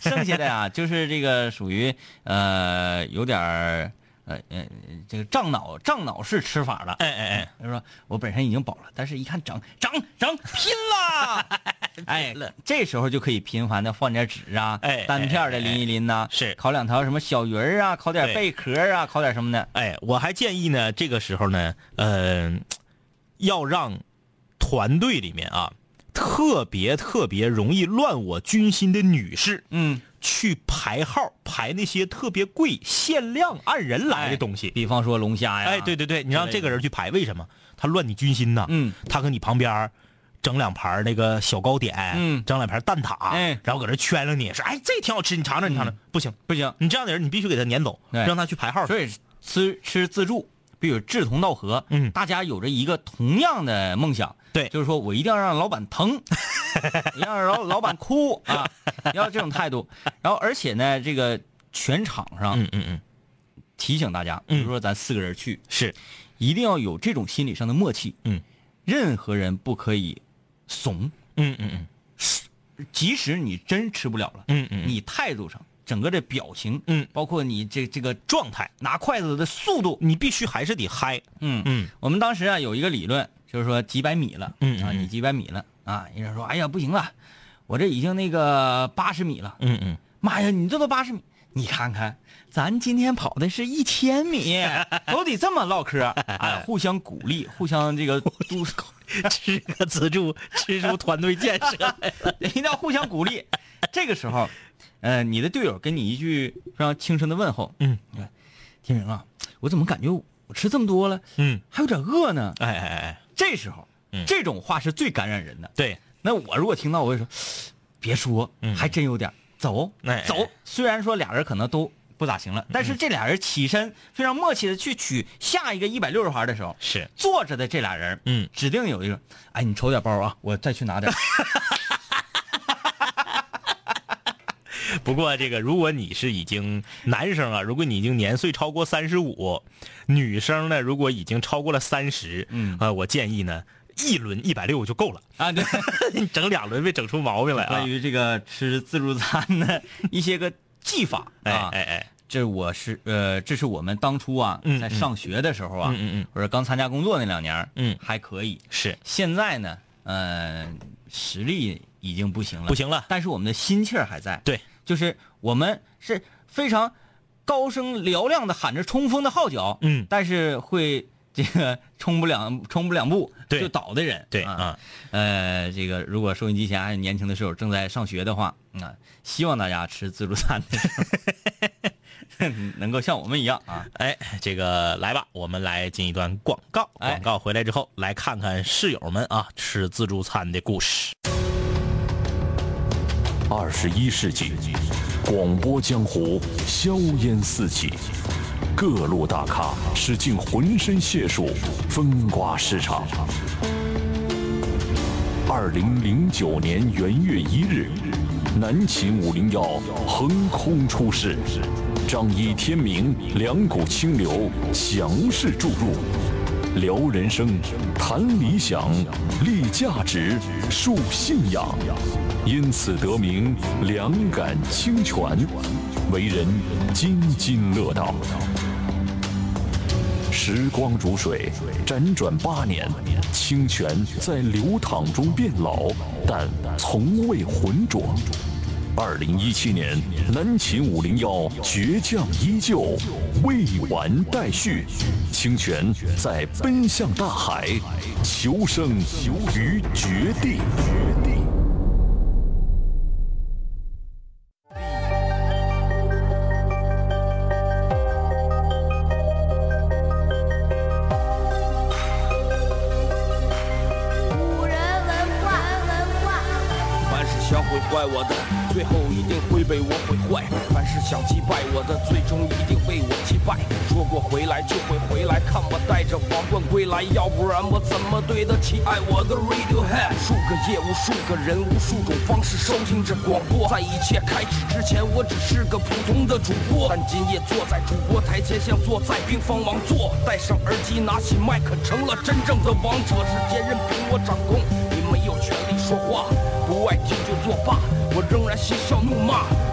Speaker 3: 剩下的啊，就是这个属于呃有点儿呃呃这个胀脑胀脑式吃法了。
Speaker 4: 哎哎哎，
Speaker 3: 他说我本身已经饱了，但是一看整整整拼了， 哎，这时候就可以频繁的换点纸啊，
Speaker 4: 哎
Speaker 3: 单片儿的淋一淋呐、
Speaker 4: 是
Speaker 3: 烤两条什么小鱼儿啊，烤点
Speaker 4: 对
Speaker 3: 贝壳儿啊，烤点什么的，
Speaker 4: 哎，我还建议呢，这个时候呢，呃，要让团队里面啊，特别特别容易乱我军心的女士，
Speaker 3: 嗯，
Speaker 4: 去排号排那些特别贵、限量按人来的东西。
Speaker 3: 比方说龙虾呀，
Speaker 4: 哎，对对对，你
Speaker 3: 之
Speaker 4: 让
Speaker 3: 类
Speaker 4: 这个人去排，为什么？他乱你军心呐。
Speaker 3: 嗯，
Speaker 4: 他搁你旁边儿整两盘儿那个小糕点，
Speaker 3: 嗯
Speaker 4: 整两盘儿蛋挞，
Speaker 3: 哎嗯
Speaker 4: 然后搁这圈着你说，哎，这挺好吃，你尝尝，你尝尝。不行，
Speaker 3: 不行，
Speaker 4: 你这样的人，你必须给他撵走，
Speaker 3: 哎对
Speaker 4: 让他去排号去。
Speaker 3: 所以吃吃自助必有志同道合，
Speaker 4: 嗯
Speaker 3: 大家有着一个同样的梦想，
Speaker 4: 对
Speaker 3: 就是说我一定要让老板 疼，一定要让老老板哭啊，要这种态度。然后而且呢，这个全场上
Speaker 4: 嗯嗯嗯，
Speaker 3: 提醒大家，比如说咱四个人去，
Speaker 4: 是，
Speaker 3: 一定要有这种心理上的默契，
Speaker 4: 嗯，
Speaker 3: 任何人不可以怂，
Speaker 4: 嗯嗯嗯
Speaker 3: 即使你真吃不了了，
Speaker 4: 嗯嗯。
Speaker 3: 你态度上整个的表情，
Speaker 4: 嗯，
Speaker 3: 包括你这这个
Speaker 4: 状态，
Speaker 3: 拿筷子的速度，
Speaker 4: 你必须还是得嗨。
Speaker 3: 嗯
Speaker 4: 嗯，
Speaker 3: 我们当时啊有一个理论，就是说几百米了，
Speaker 4: 嗯嗯
Speaker 3: 啊，
Speaker 4: 嗯
Speaker 3: 你几百米了啊，人家说，哎呀不行了，我这已经那个八十米了，
Speaker 4: 嗯嗯，
Speaker 3: 妈呀，你这都八十米，你看看，咱今天跑的是一千 米，都得这么唠嗑，哎，互相鼓励，互相这个督促，
Speaker 4: 吃个自 助，吃出团队建设。
Speaker 3: 一定要互相鼓励。这个时候，呃，你的队友跟你一句非常轻声的问候，哎
Speaker 4: 嗯，
Speaker 3: 天明啊，我怎么感觉我吃这么多了，
Speaker 4: 嗯，
Speaker 3: 还有点饿呢？
Speaker 4: 哎哎哎，
Speaker 3: 这时候，
Speaker 4: 嗯
Speaker 3: 这种话是最感染人的。
Speaker 4: 对，
Speaker 3: 那我如果听到，我会说， 别说，
Speaker 4: 嗯
Speaker 3: 还真有点儿，走
Speaker 4: 哎哎嗯
Speaker 3: 走。虽然说俩人可能都不咋行了，但是这俩人起身非常默契的去取下一个一百六十盘的时候，
Speaker 4: 是，
Speaker 3: 坐着的这俩人，
Speaker 4: 嗯，
Speaker 3: 指定有一个，哎，你瞅点包啊，我再去拿 点儿。
Speaker 4: 不过这个，如果你是已经男生啊，如果你已经年岁超过三十五，女生呢，如果已经超过了三十，
Speaker 3: 嗯
Speaker 4: 啊，我建议呢，一轮一百六就够了，
Speaker 3: 啊，对。
Speaker 4: 你整两轮别整出毛病来啊
Speaker 3: 关。于这个吃自助餐的一些个技法
Speaker 4: 哎
Speaker 3: 啊，
Speaker 4: 哎哎，
Speaker 3: 这我是呃，这是我们当初啊
Speaker 4: 嗯
Speaker 3: 在
Speaker 4: 嗯
Speaker 3: 上学的时候啊，
Speaker 4: 嗯嗯嗯
Speaker 3: 或者刚参加工作那两年儿，
Speaker 4: 嗯
Speaker 3: 还可以，
Speaker 4: 是
Speaker 3: 现在呢，呃，实力已经不行了，
Speaker 4: 不行了
Speaker 3: 但是我们的心气儿还在。
Speaker 4: 对，
Speaker 3: 就是我们是非常高声嘹亮的喊着冲锋的号角，
Speaker 4: 嗯
Speaker 3: 但是会这个冲不两冲不两步
Speaker 4: 对
Speaker 3: 就倒的人。
Speaker 4: 对
Speaker 3: 啊
Speaker 4: 啊，
Speaker 3: 呃，这个如果收音机前还有年轻的室友正在上学的话，啊、希望大家吃自助餐的时候 能够像我们一样啊。
Speaker 4: 哎，这个来吧，我们来进一段广告。
Speaker 3: 哎
Speaker 4: 广告回来之后，来看看室友们啊吃自助餐的故事。
Speaker 2: 二十一世纪，广播江湖硝烟四起，各路大咖使尽浑身解数风刮市场。二零零九年元月一日，南秦五零幺横空出世，仗义天明，两股清流强势注入，聊人生，谈理想，立价值，树信仰，因此得名两感清泉，为人津津乐道。时光如水，辗转八年，清泉在流淌中变老，但从未浑浊。二零一七年，南秦五零幺倔强依旧，未完待续。清泉在奔向大海，求生于绝地。
Speaker 5: 古人文化，文化。
Speaker 6: 凡是想毁坏我的，最后一定会被我毁坏；凡是想击败我的，最终一定被我击败。说过回来就会回来，看我带着王冠归来，要不然我怎么对得起爱我的 Radiohead？数个夜，无数个人，无数种方式收听着广播。在一切开始之前，我只是个普通的主播，但今夜坐在主播台前，像坐在冰封王座。戴上耳机，拿起麦克，成了真正的王者。世界任凭我掌控，你没有权利说话。不爱听就作罢，我仍然嬉笑怒骂，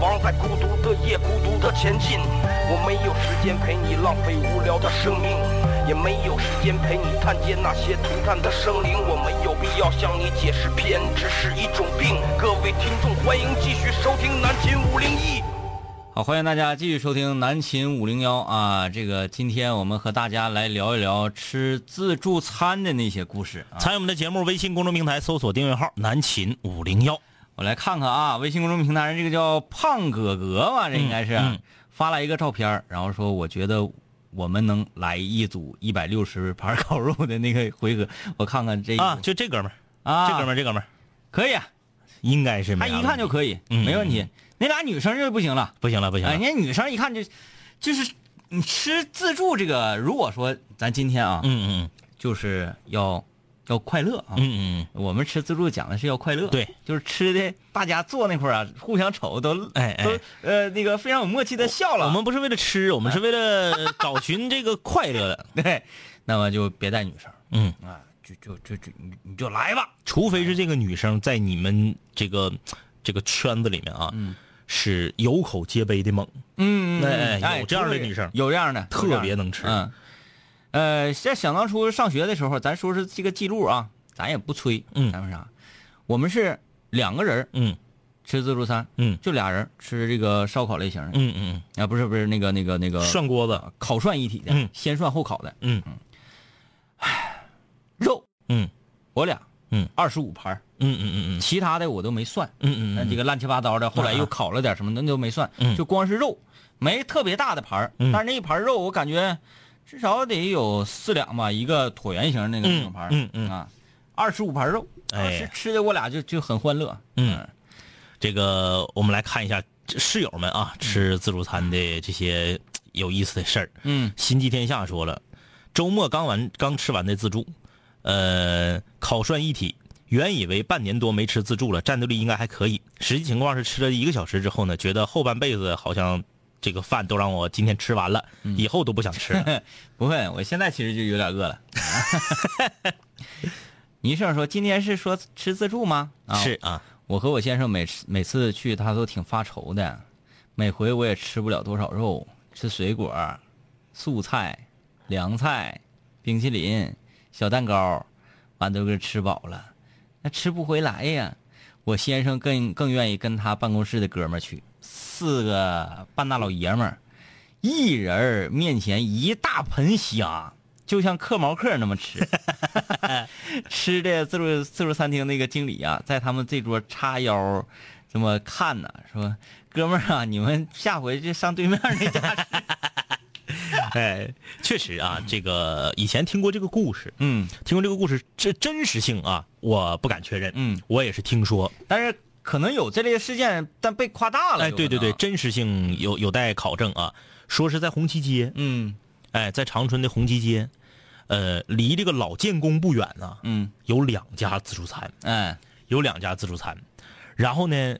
Speaker 6: 王在孤独的夜，孤独的前进。我没有时间陪你浪费无聊的生命，也没有时间陪你探街那些涂炭的生灵。我没有必要向你解释偏执是一种病。各位听众，欢迎继续收听南秦五零一。
Speaker 3: 好，欢迎大家继续收听南秦五零幺啊！这个今天我们和大家来聊一聊吃自助餐的那些故事啊。
Speaker 4: 参与我们的节目，微信公众平台搜索订阅号“南秦五零幺
Speaker 3: 我来看看啊，微信公众平台上这个叫胖哥哥吧，这应该是、啊
Speaker 4: 嗯嗯
Speaker 3: 发来一个照片儿，然后说我觉得我们能来一组一百六十盘烤肉的那个回合，我看看这一”组
Speaker 4: 啊，就这哥们儿，
Speaker 3: 啊，
Speaker 4: 这哥们儿，这哥们儿
Speaker 3: 可以啊，
Speaker 4: 应该是
Speaker 3: 他
Speaker 4: 没啥
Speaker 3: 一看就
Speaker 4: 问题
Speaker 3: 可以，
Speaker 4: 嗯
Speaker 3: 没问题。那俩女生就不行了，
Speaker 4: 不行了，不行
Speaker 3: 哎，
Speaker 4: 了
Speaker 3: 人，家女生一看就就是你吃自助这个，如果说咱今天啊，
Speaker 4: 嗯嗯
Speaker 3: 就是要要快乐啊。
Speaker 4: 嗯嗯
Speaker 3: 我们吃自助讲的是要快乐，
Speaker 4: 对，
Speaker 3: 就是吃的大家坐那块儿啊，互相瞅都，
Speaker 4: 哎哎
Speaker 3: 都呃那个非常有默契的笑
Speaker 4: 嗯，
Speaker 3: 了。
Speaker 4: 我们不是为了吃，我们是为了找寻这个快乐的，
Speaker 3: 对，那么就别带女生
Speaker 4: 嗯，
Speaker 3: 啊，就就就就你你就来吧，
Speaker 4: 除非是这个女生在你们这个这个圈子里面啊，是有口皆碑的猛，
Speaker 3: 嗯
Speaker 4: 哎哎有这样的女生
Speaker 3: 有这样的，有这
Speaker 4: 特
Speaker 3: 样
Speaker 4: 别
Speaker 3: 的
Speaker 4: 能吃，
Speaker 3: 嗯，呃，在想当初上学的时候，咱说是这个记录啊，咱也不吹，
Speaker 4: 嗯
Speaker 3: 咱们啥，我们是两个人
Speaker 4: 嗯
Speaker 3: 吃自助餐，
Speaker 4: 嗯
Speaker 3: 就俩人吃这个烧烤类型的，
Speaker 4: 嗯嗯
Speaker 3: 啊，不是不是那个那个那个
Speaker 4: 嗯，涮锅子，
Speaker 3: 烤涮一体的，
Speaker 4: 嗯
Speaker 3: 先涮后烤的
Speaker 4: 嗯
Speaker 3: 肉，
Speaker 4: 嗯
Speaker 3: 我俩，
Speaker 4: 嗯，
Speaker 3: 二十五盘儿，
Speaker 4: 嗯嗯嗯嗯
Speaker 3: 其他的我都没算，
Speaker 4: 嗯嗯
Speaker 3: 那
Speaker 4: 嗯，
Speaker 3: 这个乱七八糟的，后来又烤了点什么的那都没算，
Speaker 4: 嗯
Speaker 3: 就光是肉，没特别大的盘儿，
Speaker 4: 嗯
Speaker 3: 但是那一盘肉我感觉至少得有四两吧，一个椭圆形那个
Speaker 4: 嗯
Speaker 3: 那种盘儿，
Speaker 4: 嗯嗯
Speaker 3: 啊，二十五盘肉，当
Speaker 4: 哎
Speaker 3: 时吃的我俩就就很欢乐，
Speaker 4: 嗯，这个我们来看一下这室友们啊吃自助餐的这些有意思的事儿。
Speaker 3: 嗯，
Speaker 4: 心系天下说了，周末刚完刚吃完的自助，呃，烤涮一体。原以为半年多没吃自助了，战斗力应该还可以。实际情况是吃了一个小时之后呢，觉得后半辈子好像这个饭都让我今天吃完了，
Speaker 3: 嗯
Speaker 4: 以后都不想 吃了。
Speaker 3: 不会，我现在其实就有点饿 了。倪胜说：“今天是说吃自助吗？”啊，
Speaker 4: 是啊，
Speaker 3: 我和我先生每次每次去，他都挺发愁的，每回我也吃不了多少肉，吃水果、素菜、凉菜、冰淇淋、小蛋糕，完都给吃饱了，那吃不回来呀。我先生更更愿意跟他办公室的哥们儿去，四个半大老爷们儿，一人儿面前一大盆虾，就像嗑毛嗑那么吃。吃的自助自助餐厅那个经理啊，在他们这桌叉腰，这么看呢、说哥们儿啊，你们下回就上对面 那家吃。
Speaker 4: 哎，确实啊，这个以前听过这个故事，
Speaker 3: 嗯，
Speaker 4: 听过这个故事，这真实性啊，我不敢确认。
Speaker 3: 嗯，
Speaker 4: 我也是听说。
Speaker 3: 但是可能有这类事件，但被夸大了。
Speaker 4: 哎，
Speaker 3: 有
Speaker 4: 对对
Speaker 3: 可能啊
Speaker 4: 对，真实性有有待考证啊。说是在红旗街，
Speaker 3: 嗯
Speaker 4: 哎，在长春的红旗街，呃，离这个老建工不远呢、
Speaker 3: 嗯，
Speaker 4: 有两家自助餐，
Speaker 3: 哎，
Speaker 4: 有两家自助餐，然后呢，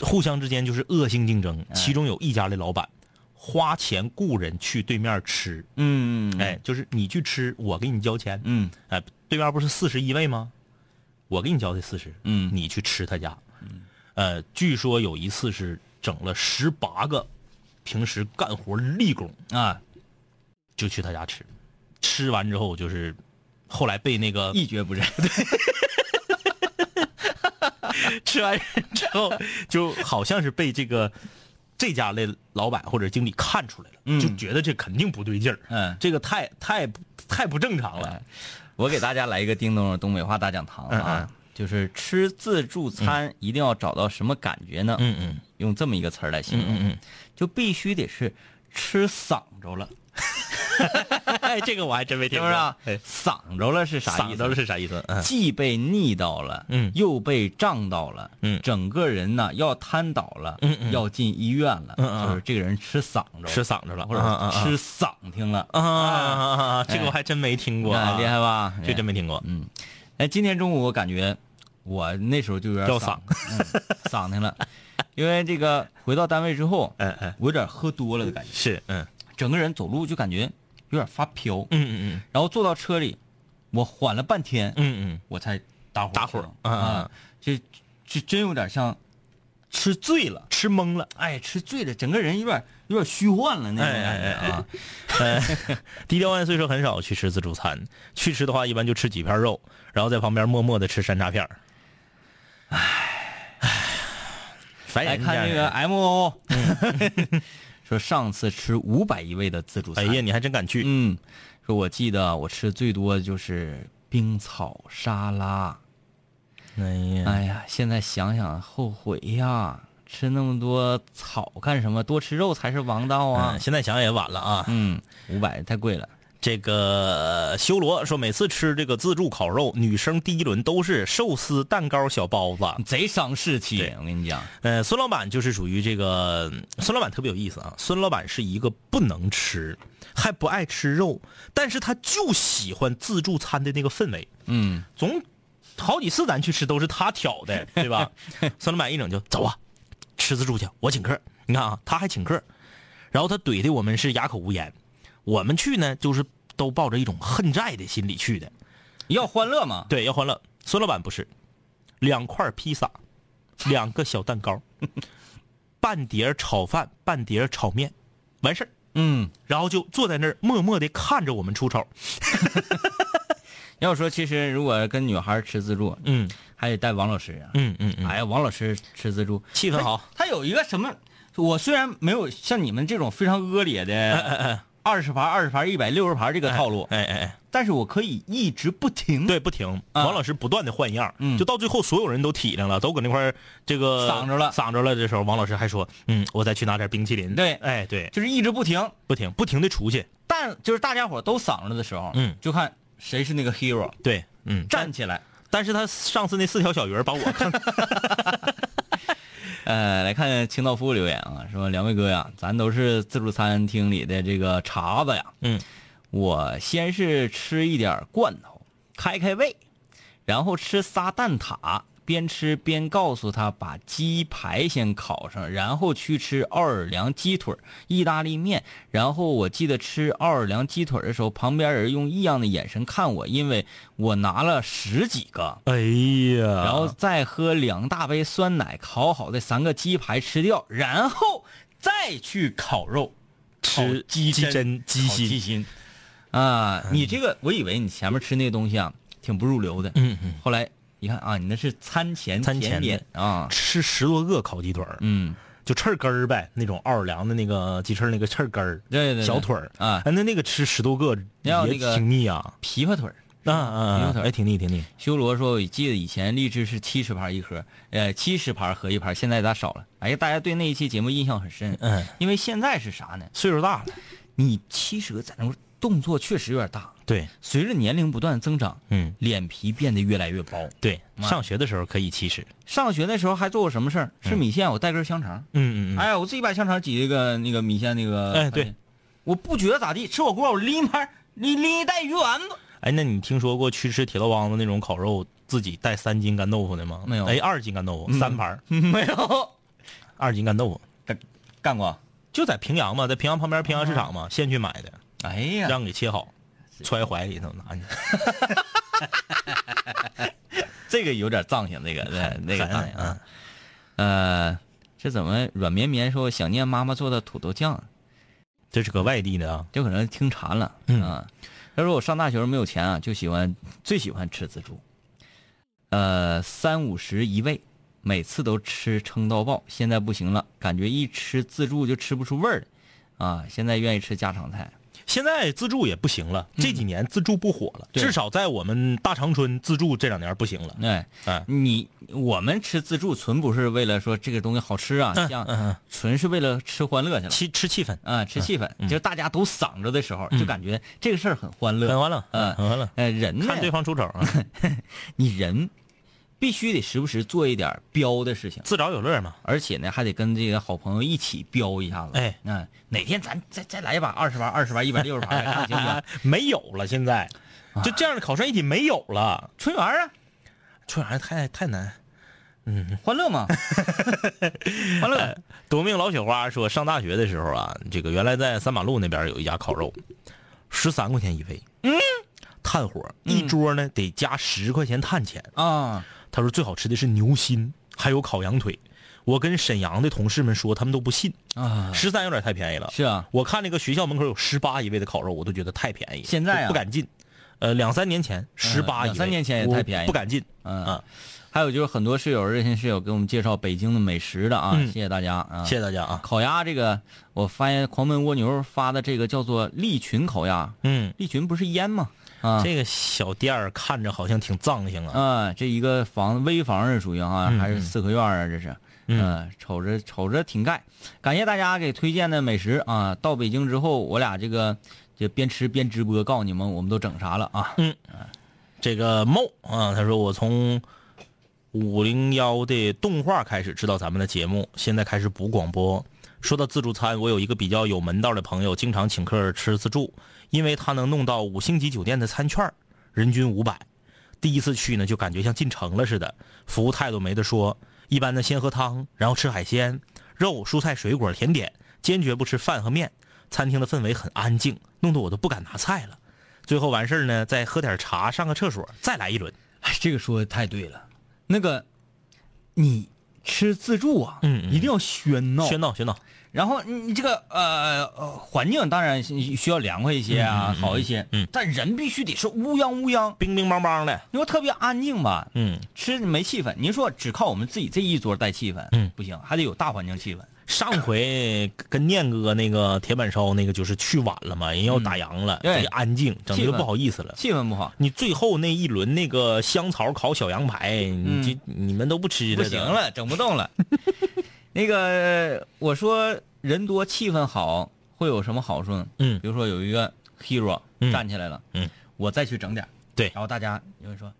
Speaker 4: 互相之间就是恶性竞争，
Speaker 3: 哎
Speaker 4: 其中有一家的老板花钱雇人去对面吃，
Speaker 3: 嗯嗯
Speaker 4: 哎，就是你去吃，我给你交钱，
Speaker 3: 嗯
Speaker 4: 哎，对面不是四十一位吗？我给你交的四十，
Speaker 3: 嗯
Speaker 4: 你去吃他家，呃，据说有一次是整了十八个平时干活力工，
Speaker 3: 啊，
Speaker 4: 就去他家吃，吃完之后就是后来被那个
Speaker 3: 一蹶不振。
Speaker 4: 吃完之后，就好像是被这个这家的老板或者经理看出来了，
Speaker 3: 嗯
Speaker 4: 就觉得这肯定不对劲儿，
Speaker 3: 嗯
Speaker 4: 这个太太不太不正常了
Speaker 3: 哎。我给大家来一个叮咚东北话大讲堂
Speaker 4: 嗯
Speaker 3: 啊，就是吃自助餐一定要找到什么感觉呢？
Speaker 4: 嗯嗯
Speaker 3: 用这么一个词儿来形容，
Speaker 4: 嗯嗯
Speaker 3: 就必须得是吃嗓着了。
Speaker 4: 嗯，哎，这个我还真没
Speaker 3: 是
Speaker 4: 听
Speaker 3: 不
Speaker 4: 过，
Speaker 3: 是啊
Speaker 4: 哎？
Speaker 3: 嗓着了是啥意
Speaker 4: 嗓
Speaker 3: 思
Speaker 4: 子？了是啥意思？嗯
Speaker 3: 既被腻到了，
Speaker 4: 嗯
Speaker 3: 又被胀到了，
Speaker 4: 嗯
Speaker 3: 整个人呢要瘫倒了，
Speaker 4: 嗯嗯
Speaker 3: 要进医院了，
Speaker 4: 嗯嗯
Speaker 3: 就是这个人吃嗓着了，
Speaker 4: 吃嗓子了，
Speaker 3: 或者
Speaker 4: 啊啊
Speaker 3: 吃嗓听了，
Speaker 4: 啊啊啊啊，这个我还真没听过
Speaker 3: 啊
Speaker 4: 啊，
Speaker 3: 哎厉害吧？
Speaker 4: 这真没听过。
Speaker 3: 哎，今天中午我感觉我那时候就有点
Speaker 4: 要
Speaker 3: 嗓嗯嗓听了，因为这个回到单位之后，
Speaker 4: 哎哎，
Speaker 3: 我有点喝多了的感觉，
Speaker 4: 是，嗯
Speaker 3: 整个人走路就感觉有点发飘，
Speaker 4: 嗯嗯嗯
Speaker 3: 然后坐到车里，我缓了半天，
Speaker 4: 嗯嗯，
Speaker 3: 我才打火
Speaker 4: 打火
Speaker 3: 起来
Speaker 4: 啊啊
Speaker 3: 啊，这这真有点像吃醉了，
Speaker 4: 吃懵了。
Speaker 3: 哎，吃醉了，整个人有点有点虚幻了那种
Speaker 4: 哎
Speaker 3: 感觉
Speaker 4: 哎哎
Speaker 3: 啊。
Speaker 4: 低调万岁说很少去吃自助餐，去吃的话一般就吃几片肉，然后在旁边默默的吃山楂片儿。唉，烦
Speaker 3: 啊来
Speaker 4: 人！
Speaker 3: 看这个 M O，说 上次吃五百一位的自助
Speaker 4: 嗯哎
Speaker 3: 餐，
Speaker 4: 呀，你还真敢去？
Speaker 3: 嗯，说我记得我吃最多就是冰草沙拉，
Speaker 4: 哎呀，
Speaker 3: 哎呀，现在想想后悔呀，吃那么多草干什么？多吃肉才是王道啊
Speaker 4: 嗯，！现在想想也晚了啊。
Speaker 3: 嗯，五百太贵了。
Speaker 4: 这个修罗说，每次吃这个自助烤肉，女生第一轮都是寿司、蛋糕、小包子。
Speaker 3: 贼伤士气
Speaker 4: 对，
Speaker 3: 我跟你讲，
Speaker 4: 呃，孙老板就是属于这个，孙老板特别有意思啊。孙老板是一个不能吃，还不爱吃肉，但是他就喜欢自助餐的那个氛围。
Speaker 3: 嗯，
Speaker 4: 总好几次咱去吃都是他挑的，对吧？孙老板一整就走啊，吃自助去，我请客。你看啊，他还请客，然后他怼的我们是哑口无言。我们去呢，就是都抱着一种恨债的心理去的，
Speaker 3: 要欢乐嘛，
Speaker 4: 对，要欢乐。孙老板不是，两块披萨，两个小蛋 糕，半碟炒饭，半碟炒面，完事儿。
Speaker 3: 嗯，
Speaker 4: 然后就坐在那儿默默的看着我们出丑。
Speaker 3: 要说其实如果跟女孩吃自助，
Speaker 4: 嗯
Speaker 3: 还得带王老师啊，
Speaker 4: 嗯嗯嗯，
Speaker 3: 哎呀，王老师吃自助
Speaker 4: 气氛好。
Speaker 3: 他有一个什么，我虽然没有像你们这种非常恶劣 的二十盘、二十盘、一百六十盘这个套路，
Speaker 4: 哎哎哎。
Speaker 3: 但是我可以一直不停，
Speaker 4: 对，不停，
Speaker 3: 啊
Speaker 4: 王老师不断的换样儿，
Speaker 3: 嗯
Speaker 4: 就到最后所有人都体谅了，都搁那块儿这个
Speaker 3: 嗓着了
Speaker 4: 嗓着了。这时候王老师还说：“嗯，我再去拿点冰淇淋。”
Speaker 3: 对
Speaker 4: 哎，对，
Speaker 3: 就是一直不停。
Speaker 4: 不停不停的出去，
Speaker 3: 但就是大家伙都嗓子的时候，
Speaker 4: 嗯
Speaker 3: 就看谁是那个 hero，
Speaker 4: 对，嗯。
Speaker 3: 站起来。
Speaker 4: 但是他上次那四条小鱼儿 把我看，
Speaker 3: 呃，来看清道夫留言啊，说两位哥呀，咱都是自助餐厅里的这个碴子呀。
Speaker 4: 嗯，
Speaker 3: 我先是吃一点罐头，开开胃，然后吃仨蛋挞，边吃边告诉他把鸡排先烤上，然后去吃奥尔良鸡腿儿、意大利面。然后我记得吃奥尔良鸡腿儿的时候，旁边人用异样的眼神看我，因为我拿了十几个，
Speaker 4: 哎呀，
Speaker 3: 然后再喝两大杯酸奶，烤好的三个鸡排吃掉，然后再去烤肉，
Speaker 4: 吃
Speaker 3: 烤鸡
Speaker 4: 鸡胗鸡
Speaker 3: 烤
Speaker 4: 心
Speaker 3: 鸡心。啊，你这个我以为你前面吃那东西啊，挺不入流的。
Speaker 4: 嗯嗯，
Speaker 3: 后来一看啊，你那是餐前
Speaker 4: 餐
Speaker 3: 甜
Speaker 4: 前的
Speaker 3: 点啊，
Speaker 4: 吃十多个烤鸡腿儿，
Speaker 3: 嗯，
Speaker 4: 就翅根儿呗，那种奥尔良的那个鸡翅那个翅根儿，
Speaker 3: 对对对
Speaker 4: 小腿儿
Speaker 3: 啊
Speaker 4: 哎那那个吃十多个
Speaker 3: 还有
Speaker 4: 也
Speaker 3: 那个
Speaker 4: 挺腻啊，
Speaker 3: 琵琶腿儿。
Speaker 4: 啊啊
Speaker 3: 牛肉
Speaker 4: 啊
Speaker 3: 腿，儿
Speaker 4: 哎，挺腻挺腻，
Speaker 3: 修罗说：“我记得以前荔枝是七十盘一盒，呃，七十盘合一盘，现在咋少了？哎呀，大家对那一期节目印象很深，
Speaker 4: 嗯，
Speaker 3: 因为现在是啥呢？
Speaker 4: 岁数大了，
Speaker 3: 你七十个在那块儿动作确实有点大，
Speaker 4: 对，
Speaker 3: 随着年龄不断增长，
Speaker 4: 嗯，
Speaker 3: 脸皮变得越来越薄。
Speaker 4: 对，
Speaker 3: 妈
Speaker 4: 上学的时候可以七十，
Speaker 3: 上学那时候还做过什么事儿？吃米线，我带根香肠，
Speaker 4: 嗯嗯嗯嗯，
Speaker 3: 哎，我自己把香肠挤一个那个米线那个，
Speaker 4: 哎对，
Speaker 3: 我不觉得咋地。吃火锅我拎一盘，拎拎一袋鱼丸子，
Speaker 4: 哎，那你听说过去吃铁道帮子那种烤肉自己带三斤干豆腐的吗？
Speaker 3: 没有嗯
Speaker 4: 哎，二斤干豆腐，三盘儿，
Speaker 3: 没有
Speaker 4: 二斤干豆腐，
Speaker 3: 干干过。
Speaker 4: 就在平阳嘛，在平阳旁边平阳市场嘛，现去买的，
Speaker 3: 哎呀，
Speaker 4: 让给切好，揣怀里头拿去，
Speaker 3: 这个有点藏性，那个对那个藏性
Speaker 4: 嗯
Speaker 3: 啊。呃，这怎么软绵绵说想念妈妈做的土豆酱，
Speaker 4: 这是搁外地的啊，
Speaker 3: 就可能听馋了
Speaker 4: 嗯
Speaker 3: 啊。他说我上大学时候没有钱啊，就喜欢最喜欢吃自助，呃，三五十一位，每次都吃撑到爆。现在不行了，感觉一吃自助就吃不出味儿了啊。现在愿意吃家常菜，
Speaker 4: 现在自助也不行了，这几年自助不火了，
Speaker 3: 嗯对
Speaker 4: 至少在我们大长春自助这两年不行了，
Speaker 3: 哎，
Speaker 4: 哎，
Speaker 3: 你我们吃自助纯不是为了说这个东西好吃啊，
Speaker 4: 嗯
Speaker 3: 像
Speaker 4: 嗯嗯
Speaker 3: 纯是为了吃欢乐去了。
Speaker 4: 气嗯吃气氛，
Speaker 3: 啊，吃气氛，就是大家都嗓着的时候，就感觉这个事儿很欢乐。
Speaker 4: 很欢乐，
Speaker 3: 嗯
Speaker 4: 很欢乐，
Speaker 3: 呃，人呢
Speaker 4: 看，对方出丑啊，
Speaker 3: 你人必须得时不时做一点彪的事情，
Speaker 4: 自找有乐嘛，
Speaker 3: 而且呢，还得跟这个好朋友一起彪一下子。
Speaker 4: 哎
Speaker 3: 嗯，哪天咱再再来一把二十盘、二十盘、一百六十盘，看行不行？
Speaker 4: 没有了，现在就这样的烤串一体没有了，
Speaker 3: 啊春园啊，
Speaker 4: 春晚太太难。
Speaker 3: 欢乐嘛，欢乐。
Speaker 4: 哎夺命老雪花说，上大学的时候啊，这个原来在三马路那边有一家烤肉，十三块钱一位，嗯，炭火
Speaker 3: 嗯
Speaker 4: 一桌呢得加十块钱炭钱。
Speaker 3: 啊，
Speaker 4: 他说最好吃的是牛心，还有烤羊腿。我跟沈阳的同事们说，他们都不信
Speaker 3: 啊，
Speaker 4: 十三有点太便宜了。
Speaker 3: 是啊，
Speaker 4: 我看那个学校门口有十八一位的烤肉，我都觉得太便宜了，
Speaker 3: 现在啊嗯
Speaker 4: 都不敢进。呃，两三年前十八一
Speaker 3: 两
Speaker 4: 位，
Speaker 3: 三年前也太便宜了
Speaker 4: 我不敢进。
Speaker 3: 嗯
Speaker 4: 啊，
Speaker 3: 还有就是很多室友、热心室友给我们介绍北京的美食的啊，
Speaker 4: 嗯
Speaker 3: 谢谢大家啊，
Speaker 4: 谢谢大家啊。
Speaker 3: 烤鸭这个，我发现狂奔蜗牛发的这个叫做利群烤鸭，
Speaker 4: 嗯，
Speaker 3: 利群不是烟吗？啊
Speaker 4: 这个小店儿看着好像挺藏性啊。
Speaker 3: 啊，这一个房危房是属于啊，
Speaker 4: 嗯
Speaker 3: 还是四合院啊？这是，嗯、瞅着瞅着挺盖。感谢大家给推荐的美食啊！到北京之后，我俩这个就边吃边直播，告诉你们我们都整啥了啊！
Speaker 4: 这个梦啊，他说我从五零幺的动画开始知道咱们的节目，现在开始补广播。说到自助餐，我有一个比较有门道的朋友，经常请客吃自助，因为他能弄到五星级酒店的餐券儿，人均五百。第一次去呢，就感觉像进城了似的，服务态度没得说。一般呢，先喝汤，然后吃海鲜、肉、蔬菜、水果、甜点，坚决不吃饭和面。餐厅的氛围很安静，弄得我都不敢拿菜了。最后完事儿呢，再喝点茶，上个厕所，再来一轮。
Speaker 3: 哎，这个说的太对了。那个，你吃自助啊，
Speaker 4: 嗯嗯
Speaker 3: 一定要喧闹，
Speaker 4: 喧闹喧闹，
Speaker 3: 然后你这个呃呃环境当然需需要凉快一些啊，好一些，
Speaker 4: 嗯
Speaker 3: 但人必须得是乌泱乌泱，
Speaker 4: 冰冰梆梆的。
Speaker 3: 你说特别安静吧，
Speaker 4: 嗯，
Speaker 3: 吃没气氛。您说只靠我们自己这一桌带气氛，
Speaker 4: 嗯
Speaker 3: 不行，还得有大环境气氛。
Speaker 4: 上回跟念哥那个铁板烧那个就是去晚了嘛，人要打烊了，
Speaker 3: 嗯对
Speaker 4: 这安静，整的
Speaker 3: 气
Speaker 4: 就
Speaker 3: 氛
Speaker 4: 不好意思了。
Speaker 3: 气氛不好，
Speaker 4: 你最后那一轮那个香草烤小羊排，你这你们都不吃
Speaker 3: 嗯不
Speaker 4: 了，
Speaker 3: 行，了，整不 动了。那个我说人多气氛好会有什么好处呢？
Speaker 4: 嗯
Speaker 3: 比如说有一个 hero
Speaker 4: 嗯
Speaker 3: 站起来了，
Speaker 4: 嗯，
Speaker 3: 我再去整点儿，
Speaker 4: 对
Speaker 3: 然后大家有人说，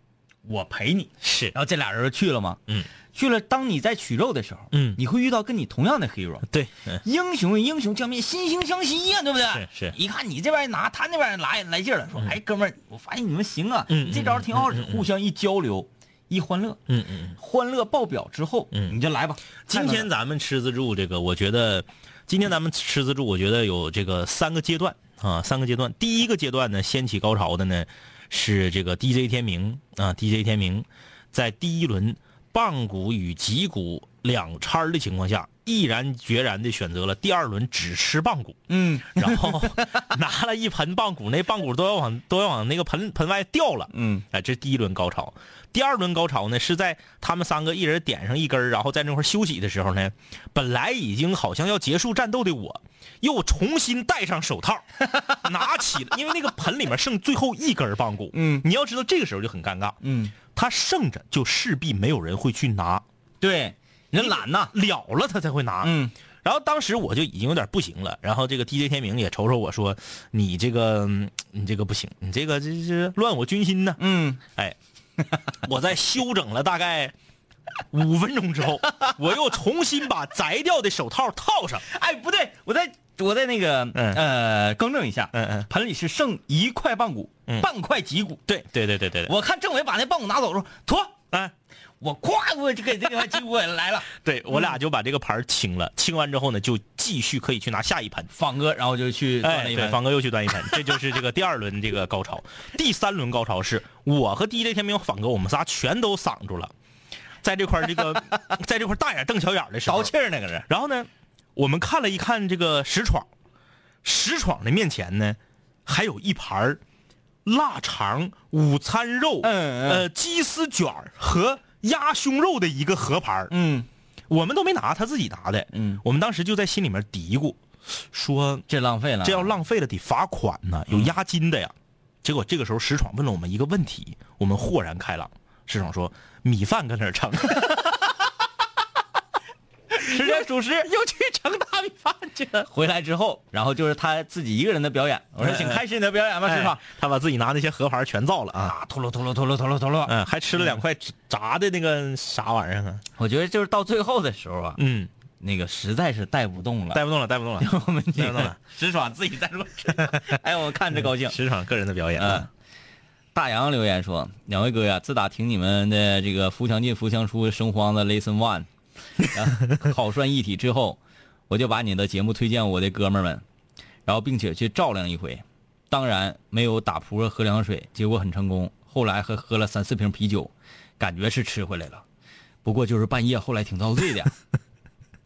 Speaker 3: 我陪你，
Speaker 4: 是
Speaker 3: 然后这俩人去了嘛，
Speaker 4: 嗯，
Speaker 3: 去了。当你在取肉的时候，
Speaker 4: 嗯
Speaker 3: 你会遇到跟你同样的 hero，
Speaker 4: 对，嗯
Speaker 3: 英雄与英雄相面，惺惺相惜呀，对不对？
Speaker 4: 是是
Speaker 3: 一看你这边拿，他那边来来劲儿了，说：“哎，哥们儿，我发现你们行啊，
Speaker 4: 嗯
Speaker 3: 你这招挺好使。”互相一交流，
Speaker 7: 一欢乐，
Speaker 4: 嗯嗯，
Speaker 7: 欢乐爆表之后，
Speaker 4: 嗯
Speaker 7: 你就来吧。
Speaker 4: 今天咱们吃自助这个，我觉得今天咱们吃自助，我觉得有这个三个阶段啊，三个阶段。第一个阶段呢，掀起高潮的呢是这个 DJ 天明啊，DJ 天明在第一轮棒骨与脊骨两掺儿的情况下，毅然决然的选择了第二轮只吃棒骨。
Speaker 7: 嗯，
Speaker 4: 然后拿了一盆棒骨，那棒骨都要往都要往那个盆盆外掉了。
Speaker 7: 嗯，
Speaker 4: 哎，这是第一轮高潮。第二轮高潮呢，是在他们三个一人点上一根儿，然后在那块儿休息的时候呢，本来已经好像要结束战斗的我，又重新戴上 手套，拿起了，因为那个盆里面剩最后一根儿棒骨。
Speaker 7: 嗯
Speaker 4: 你要知道这个时候就很尴尬。
Speaker 7: 嗯，
Speaker 4: 他剩着就势必没有人会去拿，
Speaker 7: 对，人懒呐，
Speaker 4: 了了他才会拿。
Speaker 7: 嗯，
Speaker 4: 然后当时我就已经有点不行了，然后这个 DJ 天明也瞅瞅我说：“你这个，嗯你这个不行，你这个这这乱我军心呢。
Speaker 7: 嗯，
Speaker 4: 哎，我在休整了大概五分钟之后，我又重新把摘掉的手套套上。
Speaker 7: 哎，不对，我在我在那个、
Speaker 4: 嗯
Speaker 7: 呃更正一下，
Speaker 4: 嗯嗯
Speaker 7: 盆里是剩一块棒骨，
Speaker 4: 嗯
Speaker 7: 半块脊骨。
Speaker 4: 对对对对对对，
Speaker 7: 我看政委把那棒骨拿走之后，妥，
Speaker 4: 哎，
Speaker 7: 我咵，我这个这个脊骨也来了。
Speaker 4: 对我俩就把这个盘儿清了，清完之后呢，就继续可以去拿下一盘。
Speaker 7: 方哥，然后就去锻
Speaker 4: 哎，
Speaker 7: 炼一
Speaker 4: 对，
Speaker 7: 番。
Speaker 4: 方哥又去端一盆，这就是这个第二轮这个高潮。第三轮高潮是我和 DJ 天明、方哥，我们仨全都嗓住了，在这块儿这个，在这块儿大眼瞪小眼儿的 时候
Speaker 7: 倒，气儿那个人，
Speaker 4: 然后呢，我们看了一看这个石闯，石闯的面前呢，还有一盘儿腊肠、午餐肉、
Speaker 7: 嗯嗯
Speaker 4: 呃鸡丝卷儿和鸭胸肉的一个合盘儿
Speaker 7: 嗯，
Speaker 4: 我们都没拿，他自己拿的。
Speaker 7: 嗯，
Speaker 4: 我们当时就在心里面嘀咕，说
Speaker 3: 这浪费
Speaker 7: 啊
Speaker 3: 了，
Speaker 4: 这要浪费了得罚款呢，有押金的呀。结果这个时候石闯问了我们一个问题，我们豁然开朗。石闯说：“米饭搁哪 儿盛？”时间属实，又去盛大米饭去了。
Speaker 3: 回来之后，然后就是他自己一个人的表演。我说，
Speaker 4: 哎
Speaker 3: 请开始你的表演吧，
Speaker 4: 哎
Speaker 3: 石闯。
Speaker 4: 他把自己拿那些盒盘全造了啊，
Speaker 7: 啊，秃噜秃噜秃噜秃噜秃噜，
Speaker 4: 嗯，还吃了两块炸炸的那个啥玩意儿啊，
Speaker 3: 我觉得就是到最后的时候啊，
Speaker 4: 嗯，
Speaker 3: 那个实在是带不动了。
Speaker 4: 带不动了，带不动了，
Speaker 3: 我们几
Speaker 4: 带不动了
Speaker 3: 个石爽自己在说， 哎，我看着高 兴。
Speaker 4: 石闯个人的表演
Speaker 3: 嗯
Speaker 4: 啊，，
Speaker 3: 大洋留言说：“两位哥呀，自打听你们的这个《扶墙进，扶墙出》生荒的 Lesson One，啊 烤涮一体之后，我就把你的节目推荐我的哥们儿们，然后并且去照亮一回。当然没有打扑克喝凉水，结果很成功。后来还喝了三四瓶啤酒，感觉是吃回来了。不过就是半夜后来挺遭罪 的，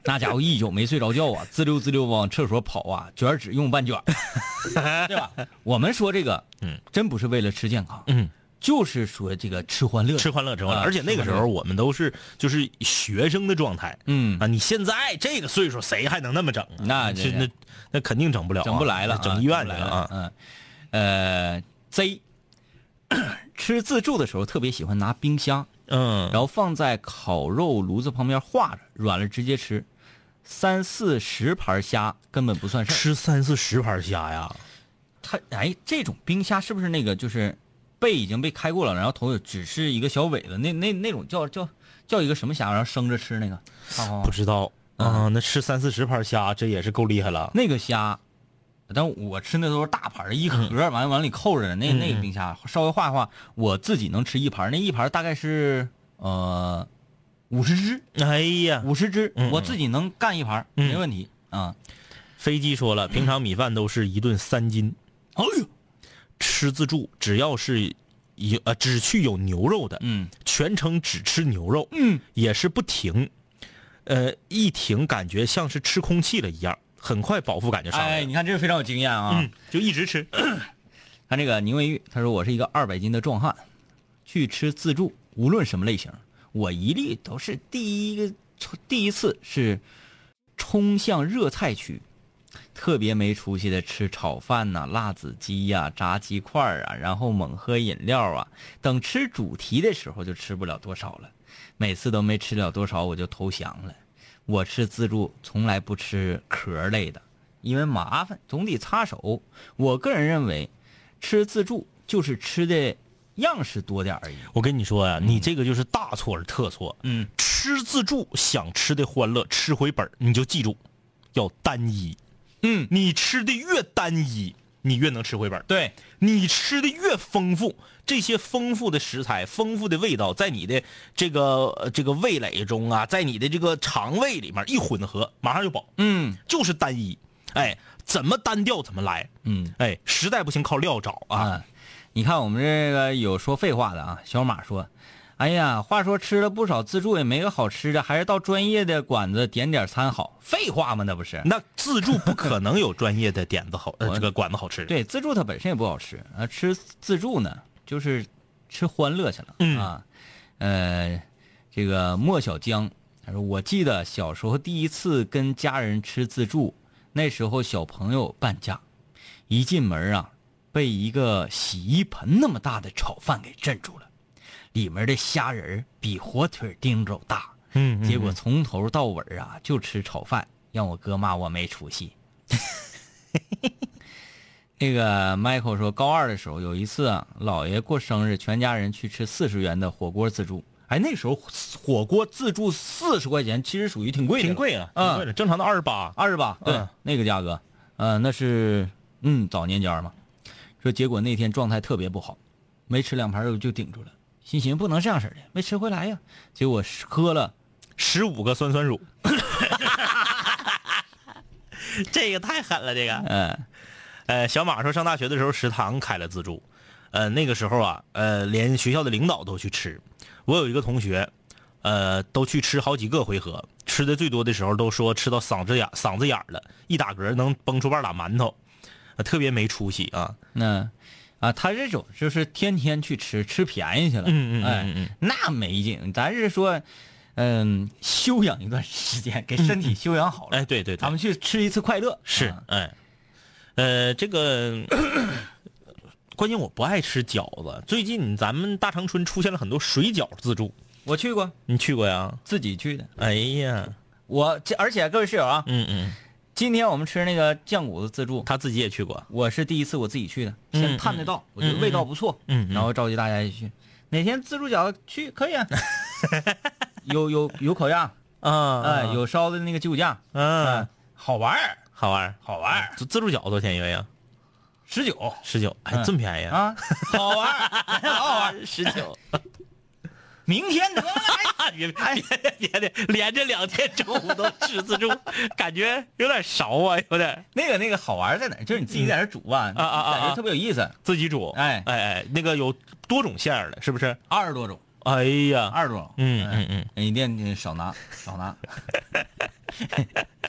Speaker 3: 那家伙一宿没睡着觉啊，滋溜滋溜往厕所跑啊，卷儿纸用半卷儿， 对吧？我们说这个，
Speaker 4: 嗯，
Speaker 3: 真不是为了吃健康，
Speaker 4: 嗯，
Speaker 3: 就是说这个吃欢乐，
Speaker 4: 吃欢乐之后，
Speaker 3: 啊
Speaker 4: 而且那个时
Speaker 3: 吃
Speaker 4: 候我们都是就是学生的状态，
Speaker 3: 嗯
Speaker 4: 啊，你现在这个岁数谁还能那么整啊？
Speaker 3: 那
Speaker 4: 是
Speaker 3: 这
Speaker 4: 那那肯定整不了啊，
Speaker 3: 整不来了啊，
Speaker 4: 整医院去
Speaker 3: 整不
Speaker 4: 了
Speaker 3: 来
Speaker 4: 啊，
Speaker 3: 嗯，呃，Z 吃自助的时候特别喜欢拿冰箱，
Speaker 4: 嗯，
Speaker 3: 然后放在烤肉炉子旁边化着，软了直接吃。三四十盘虾根本不算事儿。
Speaker 4: 吃三四十盘虾呀，
Speaker 3: 嗯它哎，这种冰虾是不是那个就是背已经被开过了，然后头有只是一个小尾的那那那种叫叫叫一个什么虾，然后生着吃那 个？哦
Speaker 4: 不知道啊，那吃三四十盘虾，这也是够厉害了。
Speaker 3: 那个虾，但我吃那都是大盘儿一
Speaker 4: 嗯
Speaker 3: 盒儿，完了往里扣着的那那个冰虾，稍微化一化，我自己能吃一盘儿，那一盘儿大概是呃五十只，
Speaker 4: 哎呀，
Speaker 3: 五十只，
Speaker 4: 嗯嗯
Speaker 3: 我自己能干一盘儿，
Speaker 4: 嗯
Speaker 3: 没问题啊。
Speaker 4: 飞机说了，平常米饭都是一顿三斤，
Speaker 3: 哎呦，
Speaker 4: 吃自助只要是有呃只去有牛肉的，
Speaker 3: 嗯，
Speaker 4: 全程只吃牛肉，嗯，也是不停，呃，一停感觉像是吃空气了一样，很快饱腹感就上来
Speaker 3: 哎，
Speaker 4: 了，
Speaker 3: 你看这个非常有经验啊。
Speaker 4: 嗯，就一直吃，
Speaker 3: 看这个宁为玉，他说我是一个二百斤的壮汉，去吃自助，无论什么类型，我一律都是第一个第一次是冲向热菜区，特别没出息的吃炒饭呐、辣子鸡呀、炸鸡块儿啊，然后猛喝饮料啊，等吃主题的时候就吃不了多少了，每次都没吃了多少我就投降了。我吃自助从来不吃壳类的，因为麻烦，总得擦手。我个人认为，吃自助就是吃的样式多点儿而已。
Speaker 4: 我跟你说呀、你这个就是大错而特错。
Speaker 3: 嗯，
Speaker 4: 吃自助想吃的欢乐，吃回本儿你就记住，要单一。
Speaker 3: 嗯，
Speaker 4: 你吃的越单一，你越能吃回本儿。
Speaker 7: 对，
Speaker 4: 你吃的越丰富，这些丰富的食材、丰富的味道，在你的这个呃这个味蕾中啊，在你的这个肠胃里面一混合，马上就饱。
Speaker 7: 嗯，
Speaker 4: 就是单一，哎，怎么单调怎么来。
Speaker 3: 嗯，
Speaker 4: 哎，实在不行靠料找啊。
Speaker 3: 啊，你看我们这个有说废话的啊，小马说：“哎呀，话说吃了不少自助也没个好吃的，还是到专业的馆子点点餐好。”废话嘛，那不是？
Speaker 4: 那自助不可能有专业的点子好，呃，
Speaker 3: 我
Speaker 4: 这个馆子好吃。，
Speaker 3: 对，自助它本身也不好吃啊，吃自助呢就是吃欢乐去了、
Speaker 4: 嗯
Speaker 3: 啊。呃，这个莫小江他说，我记得小时候第一次跟家人吃自助，那时候小朋友半价，一进门啊，被一个洗衣盆那么大的炒饭给震住了，里面的虾仁儿比火腿丁肘大，
Speaker 4: 嗯，
Speaker 3: 结果从头到尾儿啊就吃炒饭，让我哥骂我没出息。 那个 Michael 说，高二的时候有一次啊，姥爷过生日，全家人去吃四十元的火锅自助。哎，那时候火锅自助四十块钱，其实属于挺贵的，
Speaker 4: 挺。贵啊，
Speaker 3: 嗯
Speaker 4: 挺贵的，正常的二十八。
Speaker 3: 二十八，对、
Speaker 4: 嗯
Speaker 3: 那个价格，呃，那是嗯早年间儿嘛。说结果那天状态特别不好，没吃两盘肉就顶住了，心寻不能这样式儿的，没吃回来呀。结果喝了
Speaker 4: 十五个酸酸乳， 这个太狠了，这个。
Speaker 3: 嗯。
Speaker 4: 呃，小马说上大学的时候食堂开了自助，呃，那个时候啊，呃，连学校的领导都去吃。我有一个同学，呃，都去吃好几个回合，吃的最多的时候都说吃到嗓子眼嗓子眼儿了，一打嗝能崩出半拉馒头，呃特别没出息啊。
Speaker 3: 那啊，他这种就是天天去吃，吃便宜去了，
Speaker 4: 嗯嗯嗯嗯嗯
Speaker 3: 哎，那没劲。咱是说，嗯，休养一段时间，给身体休养好了，
Speaker 4: 哎，对对对，
Speaker 3: 咱们去吃一次快乐。
Speaker 4: 是
Speaker 3: 啊，
Speaker 4: 哎，呃，这个关键我不爱吃饺子。最近咱们大长春出现了很多水饺自助，
Speaker 3: 我去过，
Speaker 4: 你去过呀？
Speaker 3: 自己去的。
Speaker 4: 哎呀，
Speaker 3: 我这而且各位室友啊，
Speaker 4: 嗯嗯，
Speaker 3: 今天我们吃那个酱骨子自助，
Speaker 4: 他自己也去过。
Speaker 3: 我是第一次我自己去的，
Speaker 4: 嗯
Speaker 3: 先探的道，我觉得味道不错，
Speaker 4: 嗯嗯
Speaker 3: 然后召集大家一起去。哪天自助饺子去可以 啊，有有有烤架，
Speaker 4: 啊，
Speaker 3: 哎、有烧的那个鸡骨架，
Speaker 4: 嗯
Speaker 3: 哎，好玩儿，
Speaker 4: 好玩儿啊
Speaker 3: 好玩儿。
Speaker 4: 自自助饺子多少钱一个呀？
Speaker 3: 十九
Speaker 4: 十九，哎，
Speaker 3: 嗯
Speaker 4: 这么便宜？
Speaker 3: 啊，好玩儿， 好玩儿。
Speaker 4: 十九，哎
Speaker 3: 明天得了，哎
Speaker 4: 别别别别的，连着两天中午都吃自助，感觉有点少啊，有点
Speaker 3: 那个那个好玩儿在哪儿？就是你自己在这儿煮吧，
Speaker 4: 啊啊啊
Speaker 3: 感觉特别有意思。
Speaker 4: 自己煮。
Speaker 3: 哎
Speaker 4: 哎哎，那个有多种馅儿的，是不是？
Speaker 3: 二十多种，
Speaker 4: 哎呀，
Speaker 3: 二十多种，
Speaker 4: 嗯
Speaker 3: 哎
Speaker 4: 嗯嗯，
Speaker 3: 你店你少拿少拿，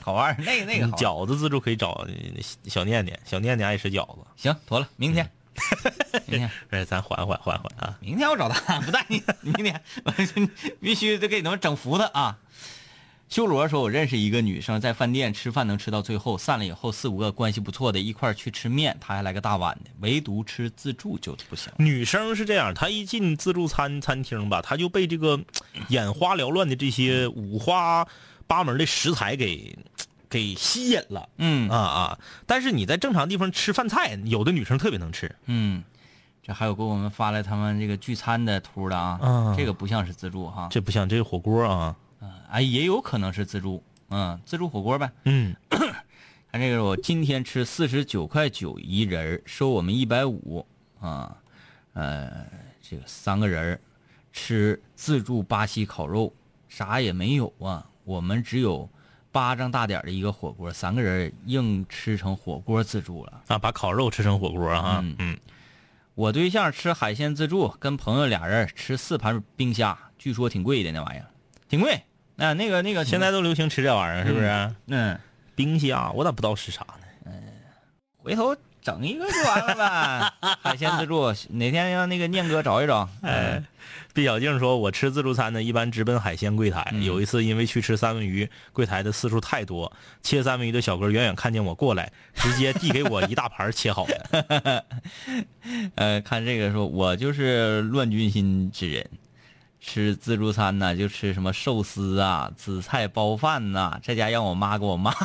Speaker 3: 好玩儿，那个那个好玩儿。
Speaker 4: 嗯饺子自助可以找呃小念念，小念念爱吃饺子。
Speaker 3: 行，妥了，明天， 明天，
Speaker 4: 哎，咱缓缓缓缓啊！
Speaker 3: 明天我找他， 不带你，明天我说你必须得给你们整服他啊。修罗说：“我认识一个女生，在饭店吃饭能吃到最后，散了以后四五个关系不错的一块儿去吃面，她还来个大碗的，唯独吃自助就不行。”
Speaker 4: 女生是这样，她一进自助餐餐厅吧，她就被这个眼花缭乱的这些五花八门的食材给给吸引了。
Speaker 3: 嗯
Speaker 4: 啊啊！但是你在正常地方吃饭菜，有的女生特别能吃。
Speaker 3: 嗯，这还有给我们发来他们这个聚餐的图的啊，
Speaker 4: 嗯
Speaker 3: 这个不像是自助哈，
Speaker 4: 这不像这是火锅啊，
Speaker 3: 哎，也有可能是自助，嗯，自助火锅呗。
Speaker 4: 嗯，
Speaker 3: 看这个，我今天吃四十九块九一人儿，收我们一百五啊，呃，这个三个人儿吃自助巴西烤肉，啥也没有啊，我们只有巴掌大点儿的一个火锅，三个人儿硬吃成火锅自助了。
Speaker 4: 啊，把烤肉吃成火锅啊，嗯，
Speaker 3: 我对象吃海鲜自助，跟朋友俩人吃四盘冰虾，据说挺贵的那玩意儿，挺贵。那、那个那个，
Speaker 4: 现在都流行吃这玩意儿，是不是？
Speaker 3: 嗯，
Speaker 4: 冰虾，我咋不知道是啥呢？
Speaker 3: 回头整一个就完了呗。 海鲜自助，哪天让那个念哥找一找。
Speaker 4: 哎，毕小静说：“我吃自助餐呢，一般直奔海鲜柜台。有一次因为去吃三文鱼，柜台的次数太多，切三文鱼的小哥远远看见我过来，直接递给我一大盘切好的。
Speaker 3: 呃，看这个说，我就是乱军心之人，吃自助餐呢就吃什么寿司啊、紫菜包饭呐、这家让我妈给我骂。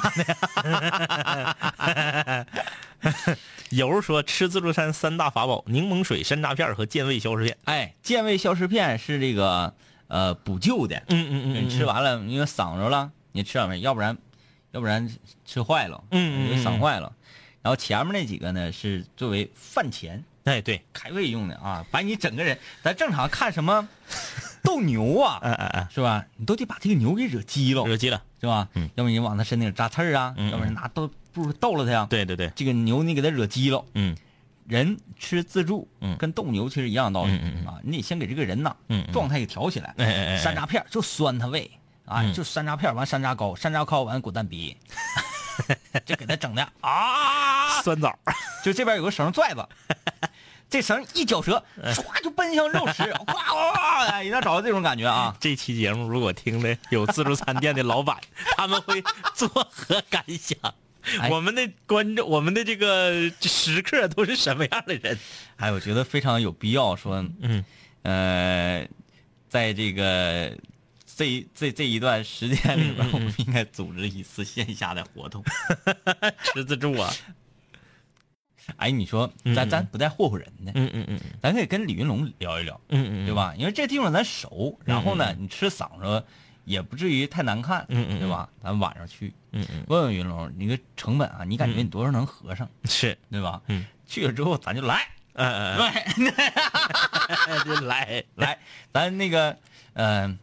Speaker 4: 有人说吃自助餐三大法宝：柠檬水、山楂片和健胃消食片。
Speaker 3: 哎，健胃消食片是这个呃补救的，
Speaker 4: 嗯嗯嗯，
Speaker 3: 你吃完了，因为嗓子了，你吃点没，要不然，要不然吃坏了，
Speaker 4: 嗯嗯嗯
Speaker 3: 你就嗓坏了。然后前面那几个呢是作为饭前
Speaker 4: 哎，对，
Speaker 3: 开胃用的啊，把你整个人，咱正常看什 么斗牛啊，
Speaker 4: 嗯嗯嗯，
Speaker 3: 是吧？你都得把这个牛给惹激了，
Speaker 4: 惹急了，
Speaker 3: 是吧？
Speaker 4: 嗯
Speaker 3: 要不然你往它身体上扎刺儿啊，
Speaker 4: 嗯嗯
Speaker 3: 要不然拿豆不如逗了它呀。，
Speaker 4: 对对对，
Speaker 3: 这个牛你给它惹激了，
Speaker 4: 嗯
Speaker 3: 人吃自助，
Speaker 4: 嗯
Speaker 3: 跟斗牛其实一样道理、
Speaker 4: 嗯嗯嗯
Speaker 3: 啊，你得先给这个人呐，
Speaker 4: 嗯嗯
Speaker 3: 状态给调起来。
Speaker 4: 哎哎哎哎
Speaker 3: 山楂片儿就酸他胃，啊，
Speaker 4: 嗯
Speaker 3: 就山楂片儿完山楂糕，山楂糕完滚蛋鼻，就给他整的啊，
Speaker 4: 酸枣，
Speaker 3: 就这边有个绳拽子，这绳一绞折，唰就奔向肉食，哇哇哇，哎一定要找到这种感觉啊。
Speaker 4: 这期节目如果听的有自助餐店的老板，他们会作何感 想？
Speaker 3: 哎
Speaker 4: 我们的观众，我们的这个食客都是什么样的人？
Speaker 3: 哎，我觉得非常有必要说，
Speaker 4: 嗯，
Speaker 3: 呃，在这个这一这这一段时间里
Speaker 4: 嗯
Speaker 3: 边，我们应该组织一次线下的活动。
Speaker 4: 吃自助啊？
Speaker 3: 哎，你说
Speaker 4: 嗯
Speaker 3: 咱
Speaker 4: 嗯
Speaker 3: 咱不带霍霍人的，
Speaker 4: 嗯嗯嗯
Speaker 3: 咱可以跟李云龙聊一聊，
Speaker 4: 嗯嗯
Speaker 3: 对
Speaker 4: 对吧？
Speaker 3: 吧？因为这地方咱熟，然后呢，你吃嗓子也不至于太难看，
Speaker 4: 嗯嗯嗯
Speaker 3: 对吧？咱晚上去
Speaker 4: 嗯嗯，
Speaker 3: 问问云龙，你个成本啊，你感觉你多少能合上，
Speaker 4: 是，
Speaker 3: 对吧？
Speaker 4: 嗯，
Speaker 3: 去了之后咱就来，
Speaker 4: 嗯嗯
Speaker 3: 对，
Speaker 4: 嗯，就来
Speaker 3: 来，咱那个，嗯，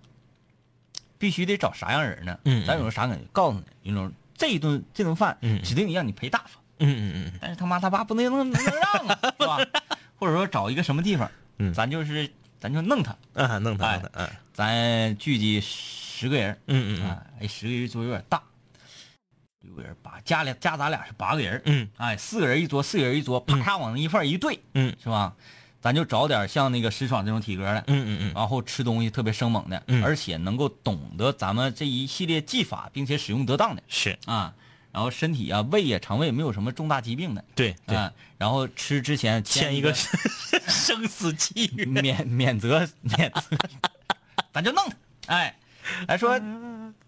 Speaker 3: 必须得找啥样人呢？
Speaker 4: 嗯嗯
Speaker 3: 咱有啥感觉？告诉你，云龙，这一顿这顿饭，
Speaker 4: 嗯嗯
Speaker 3: 指定得让你赔大发。
Speaker 4: 嗯嗯嗯
Speaker 3: 但是他妈他爸不能能能让啊，是吧？或者说找一个什么地方，
Speaker 4: 嗯
Speaker 3: 咱就是咱就弄他，
Speaker 4: 嗯，啊，弄他，弄他，
Speaker 3: 哎咱聚集十个人，
Speaker 4: 嗯嗯嗯
Speaker 3: 啊，哎，十个人桌有点大，六个人八，加俩加咱俩是八个人，
Speaker 4: 嗯，
Speaker 3: 哎，四个人一桌，四个人一桌，啪嚓往那一份儿一对，
Speaker 4: 嗯
Speaker 3: 是吧？咱就找点像那个石爽这种体格的，
Speaker 4: 嗯嗯嗯
Speaker 3: 然后吃东西特别生猛的，
Speaker 4: 嗯
Speaker 3: 而且能够懂得咱们这一系列技法，并且使用得当的
Speaker 4: 是
Speaker 3: 啊，然后身体啊、胃呀、肠胃没有什么重大疾病的，
Speaker 4: 对对，
Speaker 3: 啊，然后吃之前
Speaker 4: 签一
Speaker 3: 一
Speaker 4: 个生死契约。
Speaker 3: 免免责免责， 咱就弄他。哎，来说，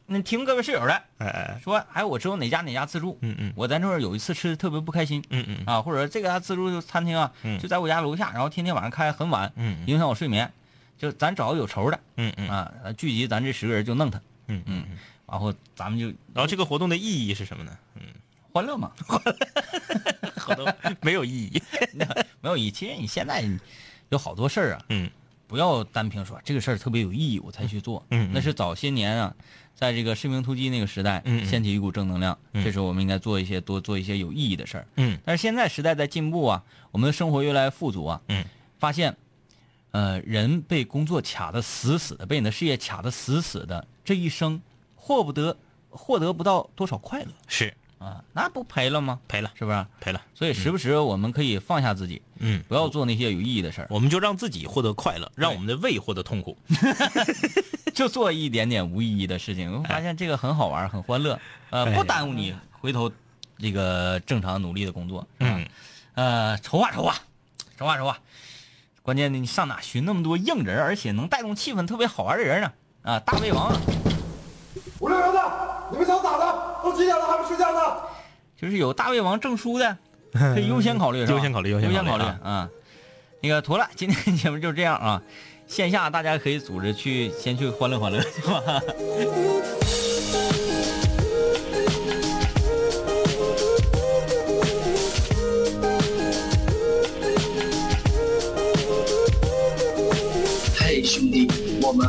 Speaker 3: 那听各位室友的
Speaker 4: 哎哎，
Speaker 3: 说，哎，我知道哪家哪家自助，
Speaker 4: 嗯嗯
Speaker 3: 我在那儿有一次吃的特别不开心，
Speaker 4: 嗯嗯
Speaker 3: 啊，或者这家自助餐厅啊，就在我家楼下，然后天天晚上开很晚，
Speaker 4: 嗯嗯
Speaker 3: 影响我睡眠，就咱找个有仇的，
Speaker 4: 嗯嗯
Speaker 3: 啊，咱聚集咱这十个人就弄他，
Speaker 4: 嗯嗯。
Speaker 3: 然后咱们就
Speaker 4: 然后这个活动的意义是什么呢？
Speaker 3: 欢乐嘛，
Speaker 4: 活动 没有意义。
Speaker 3: 没有意义。其实你现在你有好多事儿啊，
Speaker 4: 嗯
Speaker 3: 不要单凭说这个事儿特别有意义我才去做，
Speaker 4: 嗯嗯
Speaker 3: 那是早些年啊，在这个士兵突击那个时代，
Speaker 4: 嗯嗯
Speaker 3: 掀起一股正能量，
Speaker 4: 嗯
Speaker 3: 这时候我们应该做一些多做一些有意义的事儿。
Speaker 4: 嗯
Speaker 3: 但是现在时代在进步啊，我们的生活越来越富足啊，
Speaker 4: 嗯，
Speaker 3: 发现，呃，人被工作卡的死死的，被你的事业卡的死死的，这一生获不得获得不到多少快乐
Speaker 4: 是
Speaker 3: 啊，那不赔了吗？
Speaker 4: 嗯赔了
Speaker 3: 是不是？
Speaker 4: 赔了。
Speaker 3: 所以时不时我们可以放下自己，
Speaker 4: 嗯，
Speaker 3: 不要做那些有意义的事儿，
Speaker 4: 我们就让自己获得快乐，让我们的胃获得痛苦。
Speaker 3: 就做一点点无意义的事情，你会
Speaker 4: 哎
Speaker 3: 发现这个很好玩，很欢乐，呃，不耽误你回头这个正常努力的工作，是吧
Speaker 4: 嗯，
Speaker 3: 呃，筹划筹划，筹划筹划。关键你上哪寻那么多硬人，而且能带动气氛特别好玩的人呢？啊，大胃王啊，
Speaker 8: 五六零的，你们想咋的？都几点了还不睡觉呢？
Speaker 3: 就是有大胃王证书 的，可以优先考虑，是吧
Speaker 4: 优先考虑
Speaker 3: 优
Speaker 4: 优先考虑
Speaker 3: 考虑
Speaker 4: 啊
Speaker 3: 啊。那个妥了，今天节目就是这样啊。线下大家可以组织去，先去欢乐欢乐，是吧？
Speaker 9: 嘿，兄弟，我们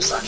Speaker 6: 三。